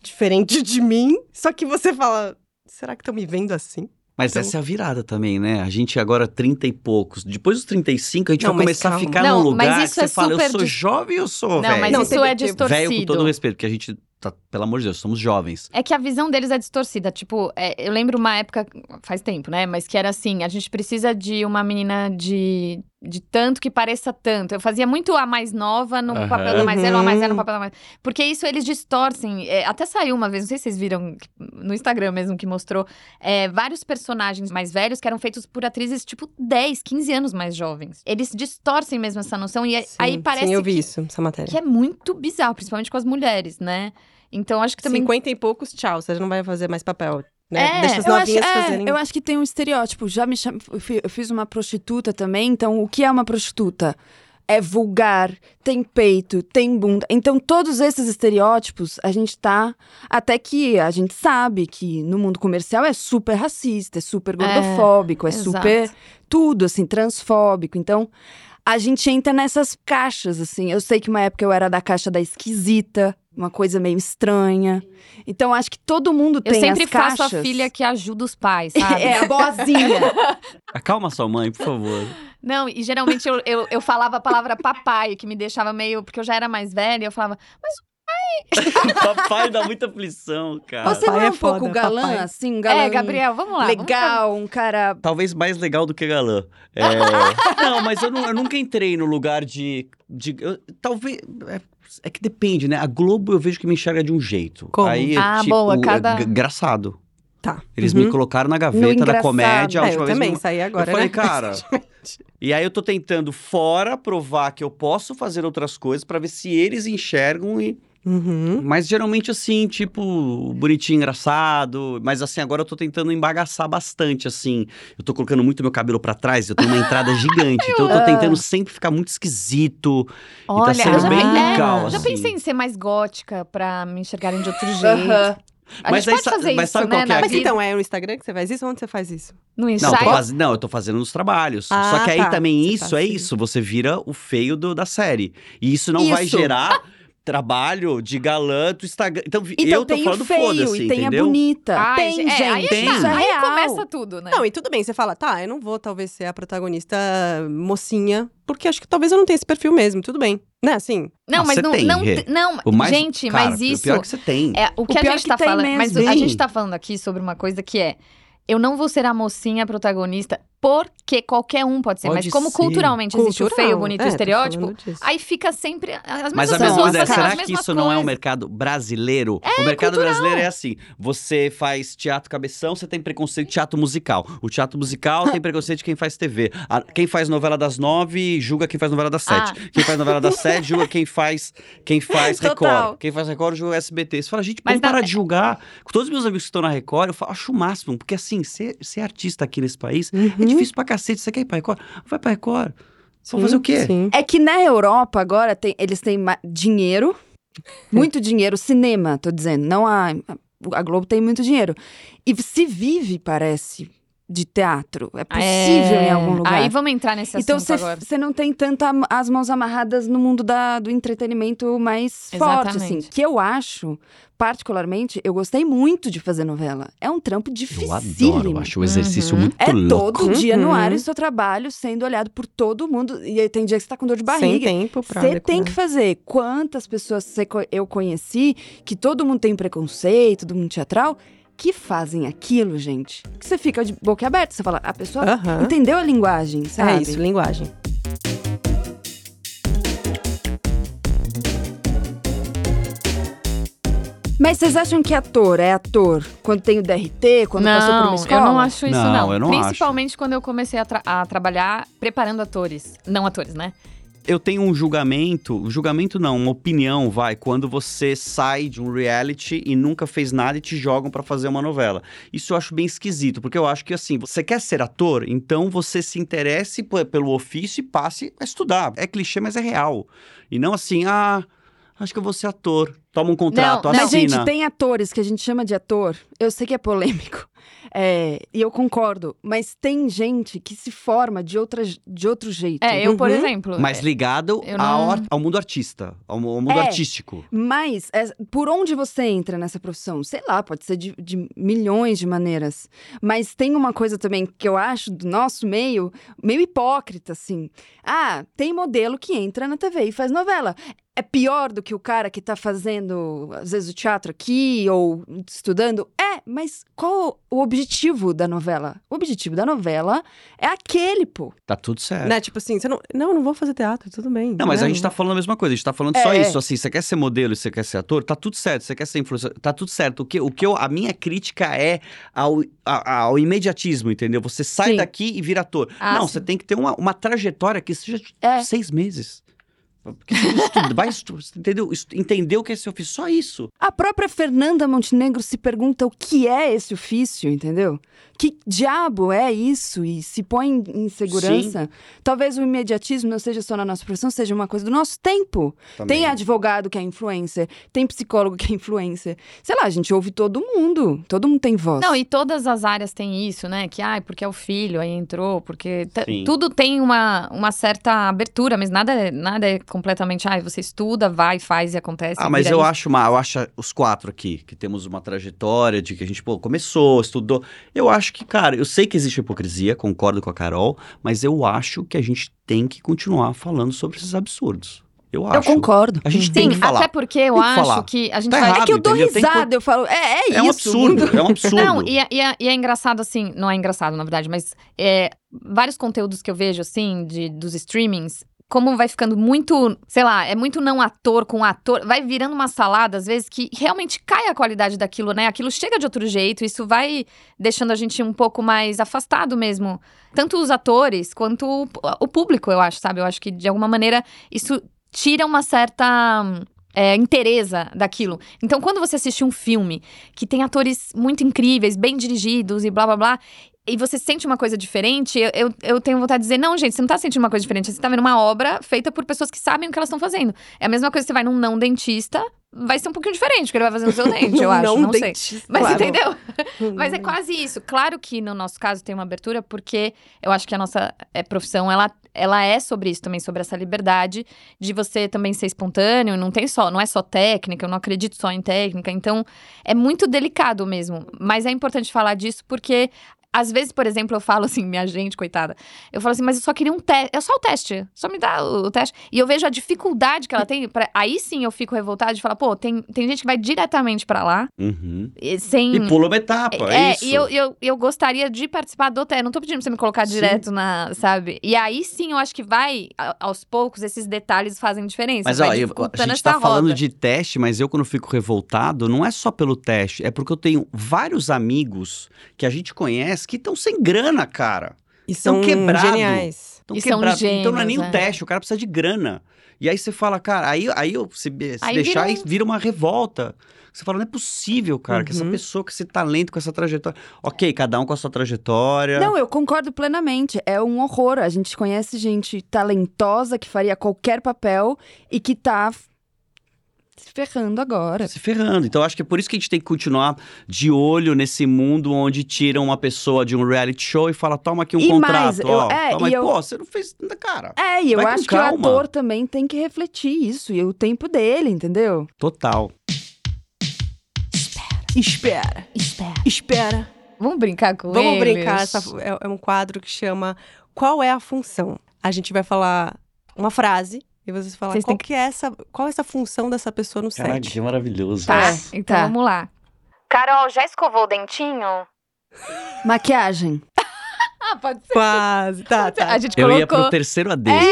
A: diferente de mim, só que você fala, será que estão me vendo assim?
E: Mas
A: Então-
E: essa é a virada também, né? A gente agora 30 e poucos. Depois dos 35, a gente
A: Não,
E: vai
A: mas
E: começar a
A: calma.
E: ficar
B: Não,
E: num lugar
B: mas isso
E: que você
B: é
E: fala, eu
B: super
E: sou
B: de-
E: jovem ou sou
B: não,
E: velho?
B: mas
A: Não,
B: isso
A: teve-
B: é
A: teve-
B: distorcido.
E: Velho com todo respeito, porque a gente, tá, pelo amor de Deus, somos jovens.
B: É que a visão deles é distorcida. Tipo, é, eu lembro uma época, faz tempo, né? Mas que era assim: a gente precisa de uma menina de, de tanto que pareça tanto. Eu fazia muito a mais nova no
E: Aham.
B: papel da mais velha, a mais velha
A: Uhum.
B: no papel da mais. Porque isso eles distorcem. É, até saiu uma vez, não sei se vocês viram no Instagram mesmo que mostrou, é, vários personagens mais velhos que eram feitos por atrizes tipo 10, 15 anos mais jovens. Eles distorcem mesmo essa noção e É, aí
A: Sim,
B: parece
A: Sim, eu vi
B: que,
A: isso, essa matéria.
B: que é muito bizarro, principalmente com as mulheres, né? Então acho que também
A: 50 e poucos, tchau, você não vai fazer mais papel, né?
B: É,
A: Deixa as
D: Eu acho,
A: novinhas
D: é,
A: fazerem.
D: eu acho que tem um estereótipo. Já me cham... eu fi- eu fiz uma prostituta também, então o que é uma prostituta? É vulgar, tem peito, tem bunda. Então, todos esses estereótipos, a gente tá. Até que a gente sabe que no mundo comercial é super racista, é super gordofóbico, é,
B: exato.
D: super tudo, assim, transfóbico. Então, a gente entra nessas caixas, assim. Eu sei que uma época eu era da caixa da esquisita, uma coisa meio estranha. Então, acho que todo mundo
B: Eu
D: tem
B: sempre
D: as caixas.
B: faço a filha que ajuda os pais, sabe?
D: É, a boazinha.
E: Acalma sua mãe, por favor.
B: Não, e geralmente eu, eu, eu falava a palavra papai, que me deixava meio. Porque eu já era mais velha, eu falava.
E: Papai dá muita aflição, cara.
D: Você não
A: Papai
D: é
A: é
D: um pouco
A: foda,
D: galã,
A: papai.
D: assim? Um galã
B: É, Gabriel, vamos lá. vamos pra-
D: legal, um cara...
E: Talvez mais legal do que galã. É... não, mas eu, nu- eu nunca entrei no lugar de. de- eu- talvez. É, é que depende, né? A Globo eu vejo que me enxerga de um jeito.
A: Como?
E: Aí,
B: Ah,
E: tipo,
B: boa,
E: é
B: cada-
E: g- engraçado.
A: Tá.
E: Eles me
A: Uhum.
E: colocaram na
D: No
E: gaveta da
D: engraçado.
E: comédia. A
A: É,
E: última
A: eu
E: vez
A: também,
E: me-
A: saí agora,
E: eu falei,
A: né?
E: cara. E aí eu tô tentando fora provar que eu posso fazer outras coisas pra ver se eles enxergam e
D: Hum?
A: Uhum.
E: mas geralmente assim, tipo, bonitinho, engraçado. Mas assim, agora eu tô tentando embagaçar bastante, assim. Eu tô colocando muito meu cabelo pra trás, eu tenho uma entrada gigante. então eu tô tentando sempre ficar muito esquisito.
B: Olha,
E: e tá
B: já,
E: sendo bem
B: é,
E: legal,
B: já
E: assim.
B: pensei em ser mais gótica pra me enxergarem de outro jeito.
D: Aham.
B: A
E: Mas
B: gente
E: aí
B: pode
E: sa-
B: fazer
E: mas
B: isso,
E: sabe qual
B: né?
E: que é
B: na
E: a
A: Mas
B: vida,
A: então, é no Instagram que você faz isso? Onde você faz isso?
B: no
E: Não, eu tô
B: ensaio.
E: faz- não, eu tô fazendo nos trabalhos.
A: Ah,
E: Só que aí
A: tá.
E: também
A: Você
E: isso
A: tá
E: é
A: assim.
E: isso. Você vira o feio do- da série. E isso não vai
D: Isso.
E: gerar trabalho de galã do Instagram. Então, vi-
D: Então
E: eu tô
D: tem
E: falando
D: o feio
E: foda-se,
D: e tem
E: entendeu?
D: a bonita.
B: Ai,
D: tem,
B: gente,
D: gente.
B: é, aí,
E: tem.
B: tá,
D: Isso é
B: aí
D: real.
B: começa tudo, né?
A: Não, e tudo bem, você fala, tá, eu não vou talvez ser a protagonista mocinha, porque acho que talvez eu não tenha esse perfil mesmo, tudo bem. Né, assim?
B: não,
E: Ah,
B: mas
E: você
B: não,
E: tem,
B: não,
E: Rê.
B: não,
E: O mais-
B: gente,
E: cara,
B: mas
E: O
B: isso
E: pior é que você tem.
B: É, o que a
D: pior
B: gente
D: que
B: tá
D: tem
B: falando, mas
D: mesmo.
B: a
E: Sim.
B: gente tá falando aqui sobre uma coisa que é eu não vou ser a mocinha protagonista porque qualquer um pode ser,
E: Pode
B: mas como
E: ser.
B: culturalmente existe o
A: Cultural.
B: feio, o bonito e o
A: É, tô
B: estereótipo,
A: falando disso.
B: aí fica sempre as mesmas
E: Mas a
D: Essas
E: minha
B: pessoas
E: dúvida é,
B: fazendo
E: será
B: as
E: que
B: mesmas
E: isso não é um
B: coisas.
E: mercado brasileiro? o mercado
B: cultural.
E: brasileiro é assim, você faz teatro cabeção, você tem preconceito de teatro musical. O teatro musical tem preconceito de quem faz TV. A- quem faz novela das nove, julga quem faz novela das
B: Ah.
E: sete. Quem faz novela das sete, julga quem faz, quem faz
D: Total.
E: Record. Quem faz Record, julga SBT. Você fala, gente,
B: Mas
E: vamos
B: na-
E: parar de julgar. Com todos os meus amigos que estão na Record, eu falo, acho o máximo. Porque assim, ser, ser artista aqui nesse país
B: Uhum.
E: é difícil pra cacete. Você quer ir pra Record? Vai pra Record. Vão fazer o quê?
A: Sim.
D: É que na Europa agora tem- eles têm ma- dinheiro, muito dinheiro, cinema, tô dizendo, não a a Globo tem muito dinheiro. E se vive, parece, de teatro. É possível em algum lugar.
B: Aí vamos entrar nesse
D: Então
B: assunto agora.
D: você não tem tanto am- as mãos amarradas no mundo da- do entretenimento mais forte, assim.
B: Exatamente.
D: Que eu acho, particularmente, eu gostei muito de fazer novela. É um trampo
E: Eu
D: dificílimo.
E: adoro, eu acho o exercício
B: Uhum.
E: muito
D: É
E: louco.
D: todo dia no ar
A: Uhum.
D: o seu trabalho sendo olhado por todo mundo. E aí tem dia que você tá com dor de
A: Sem
D: barriga.
A: tempo pra
D: Você
A: decorar.
D: tem que fazer. Quantas pessoas você co- eu conheci que todo mundo tem preconceito, todo mundo teatral, que fazem aquilo, gente. Que você fica de boca aberta. Você fala, a pessoa
A: Aham.
D: entendeu a linguagem, sabe?
A: É isso, linguagem.
D: Mas vocês acham que ator é ator quando tem o DRT, quando passou por uma escola?
B: eu não acho isso, não.
E: Não, eu não acho.
B: Principalmente quando eu comecei a, tra- a trabalhar preparando atores. Não atores, né?
E: Eu tenho um julgamento, um julgamento não, uma opinião, vai, quando você sai de um reality e nunca fez nada e te jogam pra fazer uma novela. Isso eu acho bem esquisito, porque eu acho que assim, você quer ser ator, então você se interesse p- pelo ofício e passe a estudar. É clichê, mas é real. E não assim, ah, acho que eu vou ser ator. Toma um contrato,
B: Não, não.
E: assina.
D: Mas, gente, tem atores que a gente chama de ator. Eu sei que é polêmico. é, e eu concordo. Mas tem gente que se forma de, outra, de outro jeito.
B: É, eu, por
A: Uhum.
B: exemplo.
E: Mas ligado
B: Eu
E: ao,
B: não-
E: ar- ao mundo artista, ao, mu- ao mundo
D: É.
E: artístico.
D: Mas é, por onde você entra nessa profissão? Sei lá, pode ser de, de milhões de maneiras. Mas tem uma coisa também que eu acho do nosso meio meio hipócrita, assim. Ah, tem modelo que entra na TV e faz novela. É pior do que o cara que tá fazendo, às vezes, o teatro aqui ou estudando? É, mas qual o objetivo da novela? O objetivo da novela é aquele, pô.
E: Tá tudo certo.
A: Né? Tipo assim, você não. Não, não vou fazer teatro, tudo bem.
E: Não, mas
A: né?
E: a gente tá falando a mesma coisa, a gente tá falando só
D: É.
E: isso, assim, você quer ser modelo e você quer ser ator, tá tudo certo, você quer ser influenciador, tá tudo certo. O que, o que eu- a minha crítica é ao, a- ao imediatismo, entendeu? Você sai
D: Sim.
E: daqui e vira ator.
B: Ah,
E: Não,
B: sim.
E: você tem que ter uma, uma trajetória que seja de
D: É.
E: seis meses. Porque você estuda, vai estudar, entendeu? Estu- Entender o que é esse ofício, só isso.
D: A própria Fernanda Montenegro se pergunta o que é esse ofício, entendeu? Que diabo é isso? E se põe em em segurança. Talvez o imediatismo não seja só na nossa profissão, seja uma coisa do nosso tempo. Tem advogado que é influencer, tem psicólogo que é influencer. Sei lá, a gente ouve todo mundo. Todo mundo tem voz.
B: Não, e todas as áreas têm isso, né? Que, ai, porque é o filho, aí entrou, porque. t-
E: Sim.
B: Tudo tem uma, uma certa abertura, mas nada, é- nada é completamente. Ai, você estuda, vai, faz e acontece.
E: Ah, mas
B: vira
E: eu
B: isso.
E: acho, uma, eu acho os quatro aqui, que temos uma trajetória de que a gente, pô, começou, estudou. Eu acho que, cara, eu sei que existe hipocrisia, concordo com a Carol, mas eu acho que a gente tem que continuar falando sobre esses absurdos. Eu acho.
D: eu concordo.
E: A gente tem
B: Sim,
E: que falar.
B: até porque eu
E: Tem que
B: acho
E: falar.
B: que a gente
E: Tá
B: vai.
E: errado,
D: É que eu dou
E: entendeu? Tem
D: risada, eu falo, é, é,
E: É um
D: isso.
E: absurdo,
D: mundo-
E: é um absurdo.
B: Não, e é, e é- e é engraçado assim, não é engraçado na verdade, mas é, vários conteúdos que eu vejo assim, de, dos streamings, como vai ficando muito, sei lá, é muito não ator com ator, vai virando uma salada às vezes que realmente cai a qualidade daquilo, né? Aquilo chega de outro jeito, isso vai deixando a gente um pouco mais afastado mesmo. Tanto os atores quanto o, o público, eu acho, sabe? Eu acho que de alguma maneira isso tira uma certa. hum, É, interesa daquilo. Então, quando você assiste um filme que tem atores muito incríveis, bem dirigidos e blá blá blá. E você sente uma coisa diferente, eu, eu, eu tenho vontade de dizer, não, gente, você não tá sentindo uma coisa diferente, você tá vendo uma obra feita por pessoas que sabem o que elas estão fazendo. É a mesma coisa que você vai num não dentista, vai ser um pouquinho diferente, porque ele vai fazer no seu dente, eu acho. Não, sei.
A: dentista,
B: Mas
A: claro.
B: entendeu? Mas
A: Hum.
B: é quase isso. Claro que no nosso caso tem uma abertura, porque eu acho que a nossa eh, profissão, ela, ela é sobre isso também, sobre essa liberdade de você também ser espontâneo. Não tem só, não é só técnica, eu não acredito só em técnica. Então, é muito delicado mesmo. Mas é importante falar disso porque. Às vezes, por exemplo, eu falo assim, minha gente, coitada. Eu falo assim, mas eu só queria um teste. É só o teste. Só me dá o o teste. E eu vejo a dificuldade que ela tem. pra- Aí sim eu fico revoltada de falar, pô, tem, tem gente que vai diretamente pra lá,
E: Uhum.
B: eh, sem.
E: E pula uma etapa, é,
B: É,
E: isso.
B: e eu, eu, eu gostaria de participar do TE. Não tô pedindo pra você me colocar
E: Sim.
B: direto na, sabe? E aí sim, eu acho que vai, a- aos poucos, esses detalhes fazem diferença.
E: Mas
B: vai
E: ó, eu- a
B: dificultando
E: gente
B: essa
E: tá falando
B: roda.
E: de teste, mas eu quando fico revoltado, não é só pelo teste, é porque eu tenho vários amigos que a gente conhece que estão sem grana, cara.
A: E são
E: quebrado.
A: geniais.
E: Então,
B: E são
E: quebrado. então não é
B: gênios,
E: nem um
B: é.
E: teste, o cara precisa de grana. E aí você fala, cara, aí, aí eu- se, se
B: Aí vira
E: deixar, aí
B: um-
E: vira uma revolta. Você fala, não é possível, cara, que essa
A: Uhum.
E: pessoa com esse talento, com essa trajetória. Ok, cada um com a sua trajetória. tá
D: Não, eu concordo plenamente. É um horror. A gente conhece gente talentosa que faria qualquer papel e que tá f- se ferrando agora.
E: se ferrando. Então, acho que é por isso que a gente tem que continuar de olho nesse mundo onde tiram uma pessoa de um reality show e fala, toma aqui um
D: E mais,
E: contrato,
D: eu-
E: ó.
D: é,
E: toma
D: e
E: aí.
D: eu-
E: Pô, você não fez nada, cara.
D: É, e eu
E: Vai com
D: acho que o
E: calma.
D: ator também tem que refletir isso, e o tempo dele, entendeu?
E: Total.
A: Espera,
F: Espera.
A: espera.
B: Vamos brincar com
A: Vamos
B: eles.
A: brincar. essa- é, é um quadro que chama Qual é a função? A gente vai falar uma frase e vocês falam
B: Vocês têm
A: qual que é essa, qual é essa função dessa pessoa no set.
E: maravilhoso.
B: Tá, então
D: Tá.
B: vamos lá.
F: Carol, já escovou o dentinho?
D: Maquiagem.
B: Ah, pode ser.
A: Quase, tá, tá.
B: A gente
E: Eu ia
B: colocou.
E: pro terceiro AD.
A: É, a gente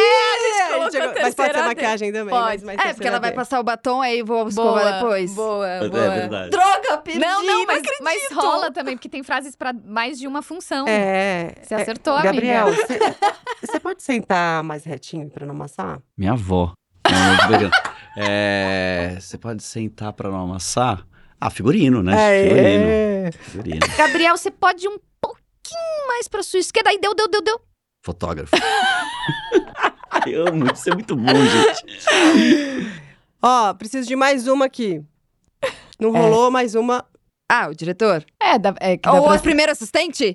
B: colocou a
A: mas pode ser
B: terceira
A: maquiagem também.
B: Pode.
A: Mas, mas
D: É, porque ela vai
A: terceira
D: passar o batom aí eu vou escovar
B: Boa,
D: depois.
B: Boa,
E: É
B: boa.
E: verdade.
D: Droga, perdi,
B: Não, não, mas,
D: acredito.
B: mas rola também, porque tem frases pra mais de uma função.
A: D. É.
B: Você
A: é,
B: acertou,
A: Gabriel,
B: amiga.
A: você- você pode sentar mais retinho pra não amassar?
E: Minha avó. Não, eu tô brincando. é, você pode sentar pra não amassar? Ah, figurino, né? Figurino. Figurino.
B: Gabriel, você pode ir um pouquinho mais pra sua esquerda. Aí deu, deu, deu, deu.
E: Fotógrafo. Ai, amo, isso é muito bom, gente.
A: Ó, preciso de mais uma aqui. Não rolou mais uma.
D: Ah, o diretor?
B: É, dá, é que dá
D: Ou
B: pra-
D: o primeiro assistente?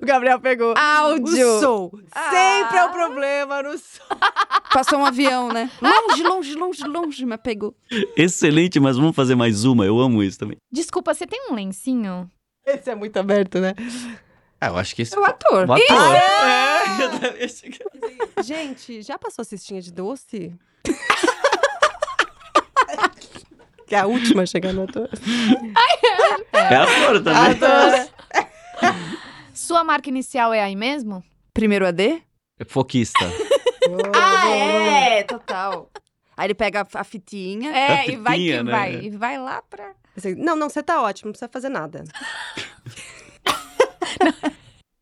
A: O Gabriel pegou.
D: Ah, Áudio.
A: O som.
D: Ah.
A: Sempre é o problema no som.
D: Passou um avião, né? Longe, longe, longe, longe, mas pegou.
E: Excelente, mas vamos fazer mais uma. Eu amo isso também.
B: Desculpa, você tem um lencinho?
A: Esse é muito aberto, né?
E: Ah, eu acho que esse.
D: É o ator.
E: O ator.
B: Ah!
E: É, esse aqui.
A: Gente, já passou a cestinha de doce? que é a última chegando à toa.
E: É ator também.
B: Sua marca inicial é aí mesmo?
D: Primeiro AD?
E: É foquista.
D: Ah, é, total. Aí ele pega a- a fitinha.
B: É,
E: Tá
B: e vai que
E: fininha, né?
B: vai. E vai lá pra.
A: Assim, Não, não, você tá ótimo, não precisa fazer nada.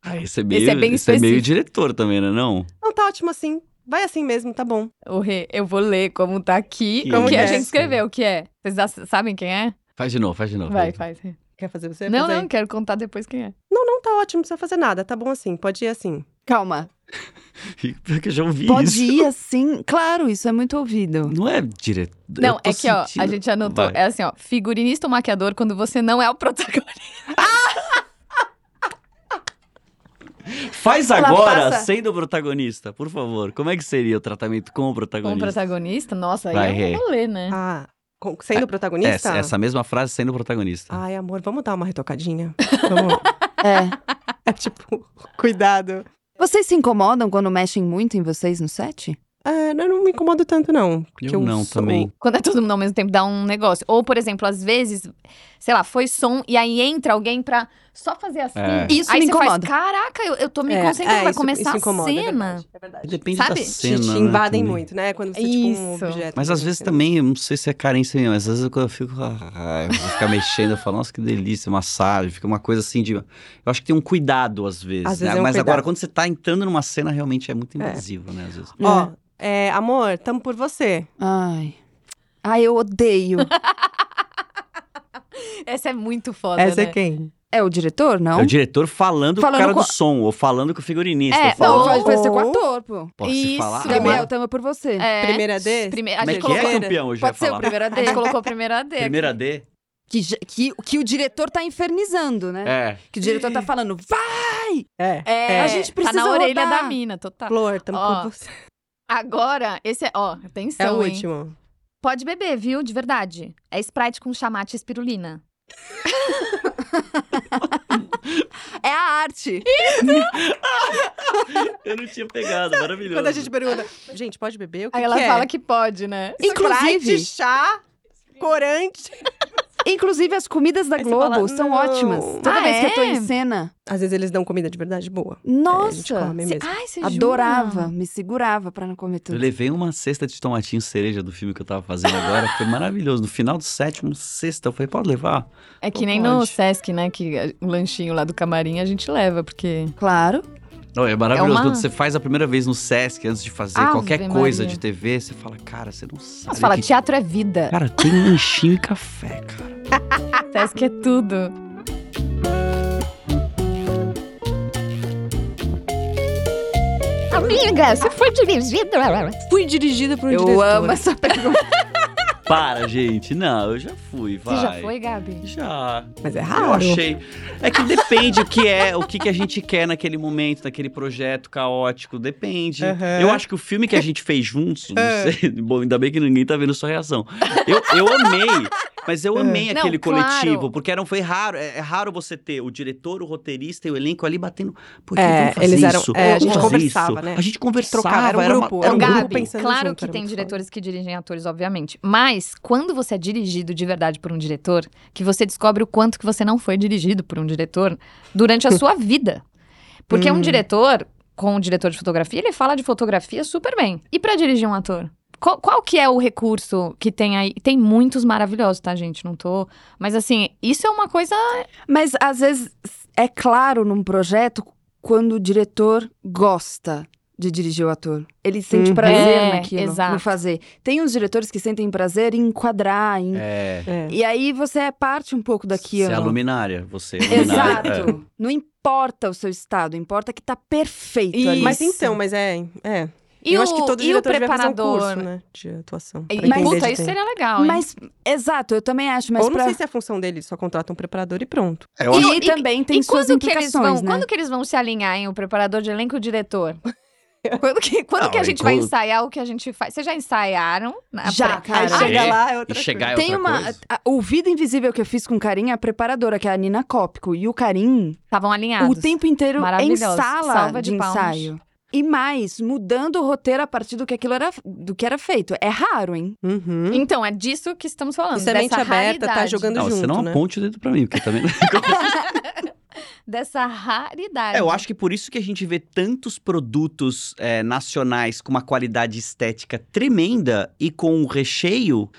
E: Ah, esse é meio,
B: Esse é bem
E: esse é meio
B: específico.
E: diretor também, né? Não?
A: Não, tá ótimo assim. Vai assim mesmo, tá bom.
B: O Rê, eu vou ler como tá aqui.
E: Que
B: Como que a
A: isso.
B: gente escreveu, o que é? Vocês já sabem quem é?
E: Faz de novo, faz de novo.
B: Vai, faz.
E: faz.
B: Rê.
A: Quer fazer você?
B: Não,
A: Faz aí.
B: não, quero contar depois quem é.
A: Não, não, tá ótimo, não precisa fazer nada. Tá bom assim, pode ir assim.
D: Calma.
E: Pior que eu já ouvi
D: Pode
E: isso.
D: ir assim. Claro, isso é muito ouvido.
E: Não é diretor.
B: Não, é que, ó, a gente anotou.
E: Vai.
B: É assim, ó, figurinista ou maquiador quando você não é o protagonista.
E: Faz
D: Ela
E: agora
D: passa.
E: sendo o protagonista, por favor. Como é que seria o tratamento com o
B: Como
E: protagonista?
B: Um protagonista, nossa,
E: Vai,
B: aí
E: Rê.
B: é um rolê, né?
A: Ah, com- sendo protagonista?
E: É, Essa, essa mesma frase sendo protagonista.
A: Ai, amor, vamos dar uma retocadinha? Vamos.
D: É.
A: é tipo, cuidado.
D: Vocês se incomodam quando mexem muito em vocês no set?
A: É, eu não me incomodo tanto, não. porque
E: eu não
A: sou-
E: também.
B: Quando é todo mundo ao mesmo tempo, dá um negócio. Ou, por exemplo, às vezes, sei lá, foi som e aí entra alguém pra só fazer assim.
E: É.
D: Isso
B: aí
D: me
B: você
D: incomoda.
B: faz, caraca, eu, eu tô me
A: É,
B: concentrando,
A: é,
B: vai
A: isso-
B: começar
A: isso incomoda, é
B: a cena.
A: verdade, é verdade.
E: Depende
B: Sabe?
E: da
B: Te-
A: te,
E: cena.
A: te
E: né,
A: invadem
E: também.
A: muito, né? Quando você tipo, um
B: Isso.
A: objeto.
E: Mas às
A: né?
E: vezes também, eu não sei se é carência minha, mas às vezes quando eu fico. Ah, eu vou ficar mexendo, eu falo, nossa, que delícia, massagem. Fica uma coisa assim de. Eu acho que tem um cuidado às vezes.
A: Às
E: né?
A: vezes é um
E: mas agora,
A: cuidado.
E: quando você tá entrando numa cena, realmente é muito invasivo, né? Às vezes.
A: Ó, é, amor, tamo por você.
D: Ai. Ai, eu odeio.
B: Essa é muito foda, né?
A: quem?
D: É o diretor, não?
E: É o diretor falando, com
D: Falando
E: o cara
D: com a-
E: do som, ou falando com o figurinista.
B: É,
E: ou falando...
D: Não, é
B: Ou-
D: pode, pode ser com o
A: ou-
D: ator, pô.
E: Pô, se
B: Isso.
E: falar, é
D: Gabriel,
E: Gabriel,
D: tamo por você.
B: É.
A: Primeira D?
B: Prime- A
E: como é
B: gente
E: que
B: colocou,
E: é campeão hoje?
D: Pode
E: vai
D: ser o
E: falar.
D: primeiro
B: a
D: AD.
B: gente colocou primeira D.
E: Primeira D?
D: que, já- que, que o diretor tá infernizando, né?
E: É.
D: Que o diretor tá falando, vai!
A: É.
B: É,
D: A gente precisa
B: Tá na orelha
D: rodar.
B: da mina, total.
A: Flor, tamo
B: Ó,
A: por você.
B: Agora, esse é, ó, atenção,
A: É o
B: hein?
A: último.
B: Pode beber, viu? De verdade. É Sprite com chamate e espirulina.
D: É a arte.
E: Eu não tinha pegado, maravilhoso.
A: Quando a gente pergunta, gente, pode beber? O que
B: Aí ela
A: que é?
B: fala que pode, né?
D: Inclusive-
A: Sprite, chá, corante.
D: Inclusive, as comidas da
A: Aí você
D: Globo
A: fala,
D: são
A: "Não."
D: ótimas. Toda
B: Ah,
D: vez que eu tô
B: é?
D: em cena,
A: Às vezes eles dão comida de verdade boa. É, a gente
D: nossa,
A: come mesmo.
B: Ai, você
D: adorava,
B: jura?
D: me segurava pra não comer
E: Eu
D: tudo.
E: levei uma cesta de tomatinho cereja do filme que eu tava fazendo agora, foi maravilhoso. No final do sétimo, sexta, eu falei, pode levar?
B: É que
E: Não
B: nem no
E: pode.
B: Sesc, né? Que a- o lanchinho lá do camarim a gente leva, porque.
D: Claro.
E: Não, é maravilhoso.
B: É uma-
E: Quando você faz a primeira vez no Sesc, antes de fazer
B: Ave
E: qualquer
B: Maria.
E: coisa de TV, você fala, cara, você não sabe.
B: Você fala,
E: que-
B: teatro é vida.
E: Cara, tem um lanchinho e café, cara.
B: Sesc é tudo.
F: Amiga, você foi dirigida.
A: Fui dirigida por um
D: eu
A: diretor.
B: um
D: amo essa pergunta.
E: Para, gente. Não, eu já fui, vai.
B: Você já foi, Gabi?
E: Já.
D: Mas é
E: Eu
D: raro.
E: achei. É que depende o que é, o que, que a gente quer naquele momento, naquele projeto caótico. Depende.
A: Aham.
E: Eu acho que o filme que a gente fez juntos, não sei, bom, ainda bem que ninguém tá vendo sua reação. Eu, eu amei. Mas eu amei
B: Não,
E: aquele
B: claro.
E: coletivo, porque não foi raro. É, é raro você ter o diretor, o roteirista e o elenco ali batendo. Por que
A: É,
E: vamos fazer
A: eles eram-
E: isso?
A: é, a
E: Vamos
A: gente
E: fazer
A: conversava,
E: isso?
A: né?
E: A gente conversava,
A: Trocava, era um
E: uma-
A: grupo,
E: era
A: era
E: um
A: um
E: grupo.
A: grupo.
B: Gabi,
A: pensando
B: claro
A: junto,
B: que
A: era
B: tem
A: muito
B: diretores que dirigem atores, obviamente. Mas quando você é dirigido de verdade por um diretor, que você descobre o quanto que você não foi dirigido por um diretor durante a sua vida. Porque um
A: Hum.
B: diretor, com um diretor de fotografia, ele fala de fotografia super bem. E pra dirigir um ator? Qual, qual que é o recurso que tem aí? Tem muitos maravilhosos, tá, gente? Não tô... Mas assim, isso é uma coisa...
D: Mas às vezes é claro num projeto quando o diretor gosta de dirigir o ator. Ele sente
A: Uhum.
D: prazer
B: É,
D: naquilo,
B: exato.
D: no fazer. Tem uns diretores que sentem prazer em enquadrar, em...
B: ah,
E: É.
A: É.
D: E aí você é parte um pouco daquilo.
E: Você é a luminária, você. é a luminária. É.
D: Exato. Não importa o seu estado, importa que tá perfeito
A: E-
D: ali.
A: Mas então, mas é. é.
B: E
A: eu
B: o,
A: acho que todo
B: e o
A: diretor devia fazer um
B: preparador?
A: curso, né? De atuação. pra
B: E-
A: entender
B: Puta,
A: de
B: isso
A: tempo.
B: seria legal, hein?
D: Mas, exato, eu também acho, mas
A: Ou não
D: pra...
A: sei se é a função dele, só contrata um preparador e pronto.
E: É, eu
D: E,
E: acho-
D: aí também tem
B: e
D: suas
B: quando que eles vão,
D: implicações, né?
B: quando que eles vão se alinhar, hein? O preparador de elenco e o diretor? Quando que, quando
E: Não,
B: que a
E: eu
B: gente vai
E: encontro-
B: ensaiar o que a gente faz? Vocês já ensaiaram? né, Na
D: Já,
B: pré-
D: cara.
A: Aí
E: Ah,
A: chega
E: é.
A: lá, é
E: E
A: outra
E: chegar é
D: Tem
E: outra
D: uma.
E: coisa.
D: a- o Vida Invisível que eu fiz com o Karim é a preparadora, que é a Nina Cópico. E o Karim,
B: Estavam alinhados.
D: o tempo inteiro em
B: Maravilhoso.
D: sala
B: Salva
D: de,
B: de palmas.
D: ensaio. E mais, mudando o roteiro a partir do que aquilo era do que era feito. É raro, hein?
A: coisa. Uhum.
B: Então, é disso que estamos falando.
A: Isso é mente
B: dessa
A: aberta, tá
B: raridade,
A: jogando
E: Não,
A: junto,
E: você não
A: né?
E: aponte o dedo pra mim, porque também.
B: Dessa raridade.
E: É, eu acho que por isso que a gente vê tantos produtos é, nacionais com uma qualidade estética tremenda e com um recheio.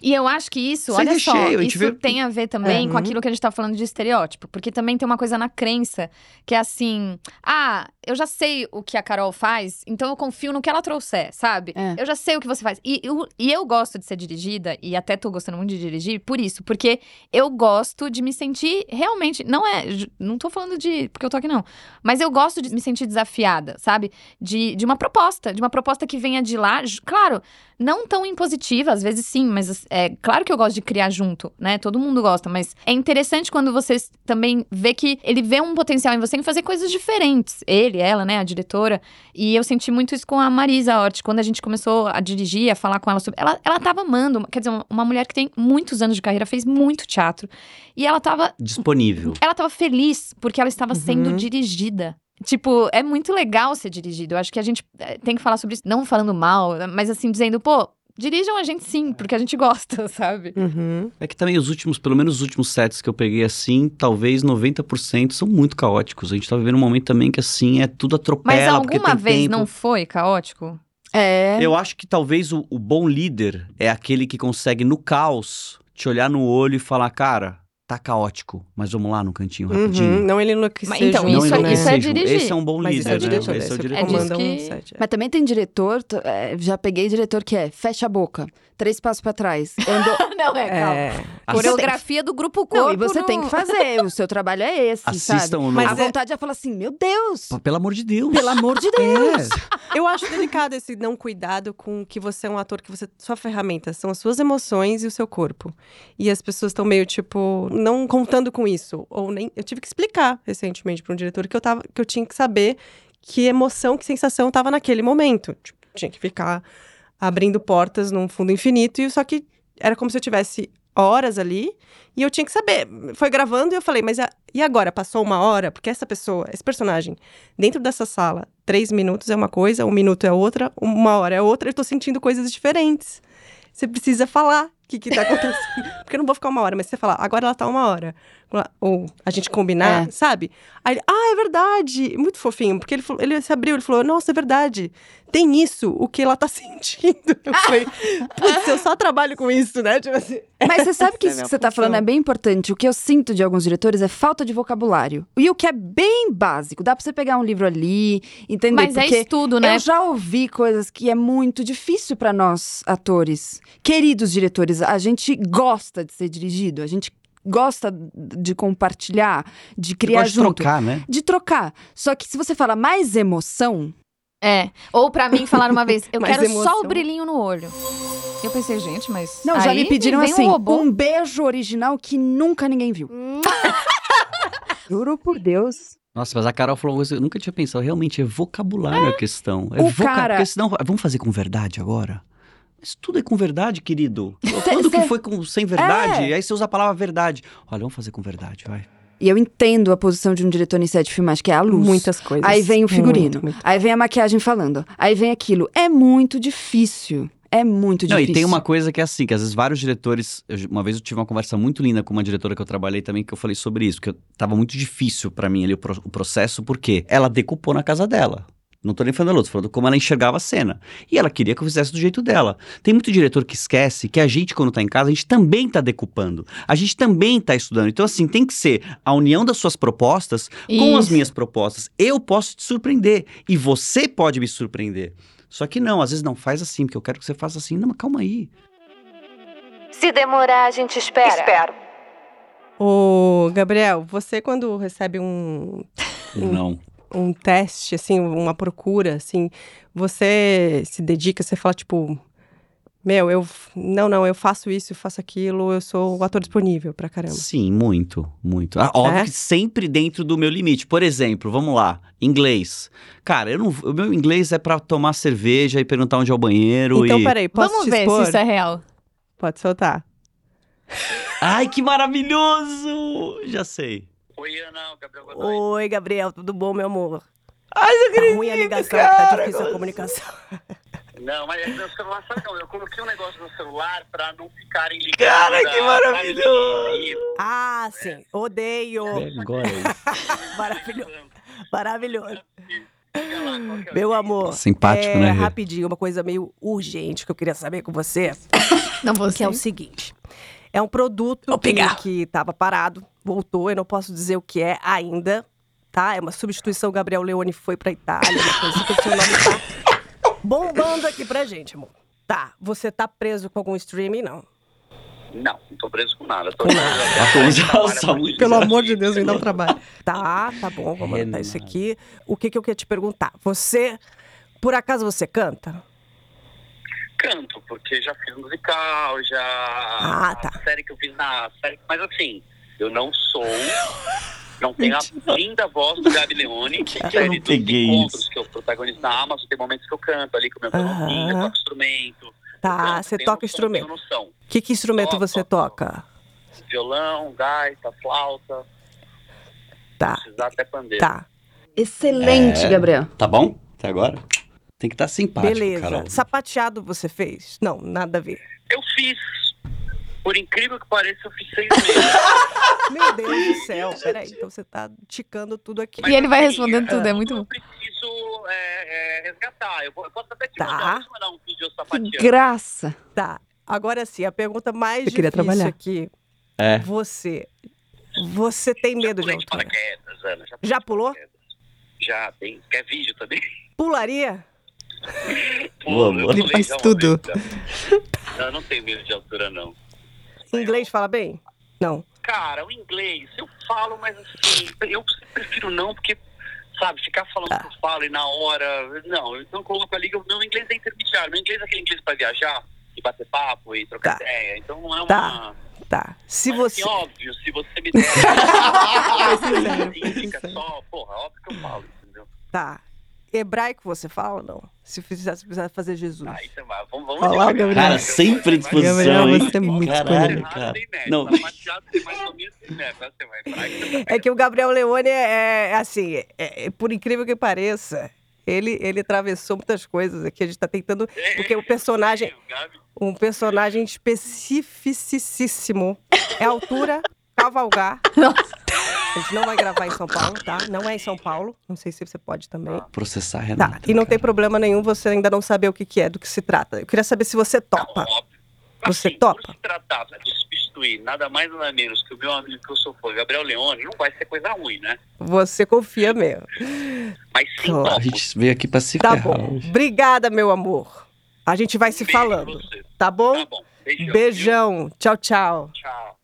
B: E eu acho que isso,
E: Sem
B: olha
E: recheio,
B: só,
E: a gente
B: isso
E: vê- Uhum.
B: tem a ver também
A: É.
B: com aquilo que a gente tá falando de estereótipo. Porque também tem uma coisa na crença, que é assim: ah, eu já sei o que a Carol faz, então eu confio no que ela trouxer, sabe?
D: É.
B: Eu já sei o que você faz. E eu, e eu gosto de ser dirigida, e até tô gostando muito de dirigir, por isso, porque eu gosto de me sentir realmente. Não é. ju- Não tô falando de. Porque eu tô aqui, não. Mas eu gosto de me sentir desafiada, sabe? De, de uma proposta, de uma proposta que venha de lá. Ju- Claro, não tão impositiva, às vezes sim, mas é claro que eu gosto de criar junto, né? Todo mundo gosta, mas é interessante quando você s- também vê que ele vê um potencial em você em fazer coisas diferentes. Ele, ela, né? A diretora. E eu senti muito isso com a Marisa Hort, quando a gente começou a dirigir, a falar com ela sobre. Ela, ela tava amando, quer dizer, uma- uma mulher que tem muitos anos de carreira, fez muito teatro. E ela tava
E: Disponível.
B: ela tava feliz porque ela estava sendo
A: Uhum.
B: dirigida. Tipo, é muito legal ser dirigido. Eu acho que a gente eh, tem que falar sobre isso, não falando mal, mas assim, dizendo, pô, dirijam a gente
D: É.
B: sim, porque a gente gosta, sabe?
A: Uhum.
E: É que também os últimos, pelo menos os últimos sets que eu peguei assim, talvez 90% são muito caóticos. A gente tá vivendo um momento também que assim, é tudo atropela,
B: Mas
E: porque
B: alguma
E: tem
B: vez
E: tempo.
B: não foi caótico?
D: É.
E: Eu acho que talvez o, o bom líder é aquele que consegue, no caos, te olhar no olho e falar, cara, tá caótico, mas vamos lá no cantinho rapidinho.
A: Uhum. Não ele enlouqueceu.
B: Mas então,
E: Não
B: isso é-
A: né?
B: isso é
E: enlouquecejam.
B: dirigir.
E: Esse é um bom
A: Mas
E: líder,
A: isso é
E: né?
A: diretor,
E: Esse é o
A: esse
E: diretor.
A: é o que
B: disso
A: comanda
B: que-
A: um set.
D: Mas também tem diretor, t- é, já peguei diretor que é fecha a boca, três passos pra trás. Andou.
B: não, é, calma.
A: É.
E: Assi-
B: Coreografia do grupo corpo.
D: Não, e você
B: no-
D: tem que fazer, o seu trabalho é esse,
E: Assistam
D: sabe?
E: o
D: Mas
E: novo.
D: a vontade é falar assim, meu Deus,
E: Pô, Pelo amor de Deus. É.
D: pelo amor de Deus.
A: Eu acho delicado esse não cuidado com que você é um ator que você sua ferramenta são as suas emoções e o seu corpo. E as pessoas estão meio tipo não contando com isso ou nem eu tive que explicar recentemente para um diretor que eu tava que eu tinha que saber que emoção, que sensação tava naquele momento. Tipo, tinha que ficar abrindo portas num fundo infinito e só que era como se eu tivesse horas ali e eu tinha que saber. Foi gravando e eu falei, mas a- e agora? Passou uma hora? Porque essa pessoa, esse personagem, dentro dessa sala, três minutos é uma coisa, um minuto é outra, uma hora é outra, eu tô sentindo coisas diferentes. Você precisa falar o que que tá acontecendo. Porque eu não vou ficar uma hora, mas você falar, agora ela tá uma hora. Ou a
D: É.
A: gente combinar, sabe? Aí ele, ah, é verdade! Muito fofinho, porque ele, falou- ele se abriu, ele falou, nossa, é verdade. Tem isso, o que ela tá sentindo. Eu falei, putz, eu só trabalho com isso, né? Tipo assim,
D: Mas você sabe que
A: Essa é a minha
D: isso que você tá
A: função.
D: falando é bem importante. O que eu sinto de alguns diretores é falta de vocabulário. E o que é bem básico. Dá pra você pegar um livro ali, entender?
B: Mas é
D: Porque
B: estudo, né?
D: Eu já ouvi coisas que é muito difícil pra nós, atores. Queridos diretores, a gente gosta de ser dirigido, a gente gosta de compartilhar, de criar
E: Gosta de
D: junto.
E: trocar, né?
D: De trocar. Só que se você fala mais emoção,
B: É. Ou pra mim falaram uma vez, eu
A: Mais
B: quero só
A: emoção.
B: o brilhinho no olho. Eu pensei, gente, mas.
D: Não, já me
B: aí
D: pediram
B: vem
D: assim,
B: Um
D: um,
B: robô.
D: beijo original que nunca ninguém viu. Juro por Deus.
E: Nossa, mas a Carol falou uma coisa que eu nunca tinha pensado. Realmente, é vocabulário a questão. É
D: O
E: voca-
D: cara-
E: Porque senão, vamos fazer com verdade agora? Mas tudo é com verdade, querido.
D: Cê-
E: Quando que
D: cê-
E: foi com, sem verdade?
D: É.
E: Aí você usa a palavra verdade. Olha, vamos fazer com verdade, vai.
D: E eu entendo a posição de um diretor em set de filmagem, que é a luz.
I: Muitas coisas.
D: Aí vem o figurino.
I: Muito, muito.
D: Aí vem a maquiagem falando. Aí vem aquilo. É muito difícil. É muito
E: Não,
D: difícil.
E: e tem uma coisa que é assim, que às vezes vários diretores. eu- Uma vez eu tive uma conversa muito linda com uma diretora que eu trabalhei também, que eu falei sobre isso, que eu, tava muito difícil pra mim ali o, pro- o processo, porque ela decupou na casa dela. Não tô nem falando da luta, tô falando como ela enxergava a cena. E ela queria que eu fizesse do jeito dela. Tem muito diretor que esquece que a gente, quando tá em casa, a gente também tá decupando. A gente também tá estudando. Então, assim, tem que ser a união das suas propostas com as
B: Isso.
E: minhas propostas. Eu posso te surpreender e você pode me surpreender. Só que não, às vezes não faz assim, porque eu quero que você faça assim. Não, mas calma aí.
D: "Um,
G: Se demorar, a gente espera.
J: Espero.
I: Ô, Gabriel, você quando recebe um,
E: Hum. Não.
I: um teste, assim, uma procura, assim, você se dedica, você fala, tipo, meu, eu. Não, não, eu faço isso, eu faço aquilo, eu sou o ator disponível pra caramba.
E: Sim, muito, muito. Ah, óbvio
I: É?
E: que sempre dentro do meu limite. Por exemplo, vamos lá, inglês. Cara, eu não, o meu inglês é pra tomar cerveja e perguntar onde é o banheiro
I: Então,
E: e...
I: peraí, posso
B: Vamos
I: te
B: ver
I: expor?
B: se isso é real.
I: Pode soltar.
E: Ai, que maravilhoso! Já sei.
K: Oi, Ana, o Gabriel Godoy.
A: Oi, Gabriel, tudo bom, meu amor?
E: Ai, não
A: Tá
E: acredito,
A: ruim a ligação, tá
E: cara.
A: difícil a comunicação.
K: Não, mas é que meu celular sabe não. Eu coloquei um negócio no celular pra não ficarem ligados.
E: Cara, que
K: a-
E: maravilhoso!
A: Ah, sim, odeio.
E: agora
A: é Maravilhoso, maravilhoso.
K: Diga lá, qual que é o
A: Meu
K: e-mail?
A: amor, é,
E: Simpático, né, Rê?
A: rapidinho, uma coisa meio urgente que eu queria saber com você,
B: Não vou
A: que é o seguinte. É um produto que, que tava parado, voltou, eu não posso dizer o que é ainda, tá? É uma substituição, Gabriel Leone foi pra Itália, uma coisa que o seu nome tá bombando aqui pra gente, amor. Tá, você tá preso com algum streaming, não?
K: Não, não tô preso com nada. Tô com
E: saúde.
I: Pelo amor de Deus, me dá um trabalho.
A: Tá, tá bom, vamos anotar isso
E: Renato.
A: aqui. O que, que eu queria te perguntar? Você, por acaso você canta?
K: Canto, porque já fiz musical, já...
A: Ah, tá.
K: A série que eu fiz na... Série... Mas assim, eu não sou... Não tenho a linda voz do Gabi Leone. Que série
E: não
K: dos
E: peguei
K: encontros
E: isso.
K: que eu protagonizo na Amazon. Tem momentos que eu canto ali com o meu violãozinho, eu
A: Aham.
K: toco instrumento. eu
A: Tá,
K: canto,
A: você
K: tenho
A: toca
K: noção, tenho
A: instrumento.
K: noção.
A: Que, que instrumento
K: Toco.
A: você toca?
K: Violão, gaita, flauta,
A: Tá,
K: precisar até pandeiro.
A: tá.
D: Excelente, Gabriel.
E: Tá bom? Até agora? Tem que estar simpático,
A: Beleza.
E: Carol.
A: Sapateado você fez? Não, nada a ver.
K: Eu fiz. Por incrível que pareça, eu fiz seis meses.
A: Meu Deus do céu. Peraí, então você tá ticando tudo aqui.
B: E ele vai respondendo tudo, é muito
K: Eu
B: bom.
K: preciso é, é, resgatar. Eu, vou- eu posso até te
A: Tá.
K: mandar, eu vou te mandar um vídeo
E: É.
D: Que
K: sapateando.
D: graça.
A: Tá. Agora sim, a pergunta mais
I: Eu queria
A: difícil
I: trabalhar.
A: aqui.
E: É.
A: Você. Você tem medo de
K: Pulei de
A: altura?
K: paraquedas, Ana. Já,
A: Já pulou?
K: já tem. Quer vídeo também?
A: Pularia?
E: Boa,
K: Pula, eu
E: amor.
K: pulei
I: Faz
K: já uma
I: tudo.
K: vez, já. Não, eu não tenho medo de altura, não.
A: Inglês fala bem? Não.
K: Cara, o inglês, eu falo, mas assim, eu prefiro não, porque, sabe, ficar falando
I: Tá.
K: o que eu falo e na hora. Não, então eu não coloco ali. eu- Meu inglês é intermediário. Meu inglês é aquele inglês pra viajar e bater papo e
A: Tá.
K: trocar ideia. Então não é uma.
A: Tá. Tá. Se
K: Mas,
A: você.
K: assim, óbvio, se você me der.
I: é,
K: uma dica
I: sincero.
K: só, porra, óbvio que eu falo, entendeu?
A: Tá. Hebraico você fala ou não? Se precisasse precisar fazer Jesus.
K: Aí você vai, vamos, vamos.
I: Olha lá o Gabriel.
E: Cara, sempre à disposição,
I: Gabriel,
E: hein?
I: você é muito
E: Caralho,
I: escolhido.
E: cara.
K: Não.
E: Não.
K: né?
A: É que o Gabriel Leone é, é assim, é- é- por incrível que pareça, ele, ele atravessou muitas coisas aqui. A gente tá tentando. Porque o personagem, um personagem especificíssimo é a altura, cavalgar. A gente não vai gravar em São Paulo, tá? Não é em São Paulo. Não sei se você pode
I: Ah,
A: também.
E: Processar
I: é
E: a
A: Tá,
E: Renata.
A: e não tem
E: cara.
A: problema nenhum você ainda não saber o que, que é, do que se trata. Eu queria saber se você topa. Você topa?
K: Assim, Se tratar de substituir nada mais nada menos que o meu amigo que eu sou fã, Gabriel Leone, não vai ser coisa ruim, né?
A: Você confia mesmo.
K: Mas sim,
A: Claro.
K: topo.
E: A gente veio aqui pra se
A: Tá
I: É.
E: ferrar
A: bom.
E: hoje.
A: Obrigada, meu amor. A gente vai se
K: Beijo pra
A: falando.
K: você.
A: Tá
K: Tá
A: bom?
K: bom. Beijão.
A: Beijão. Tchau, tchau.
K: Tchau.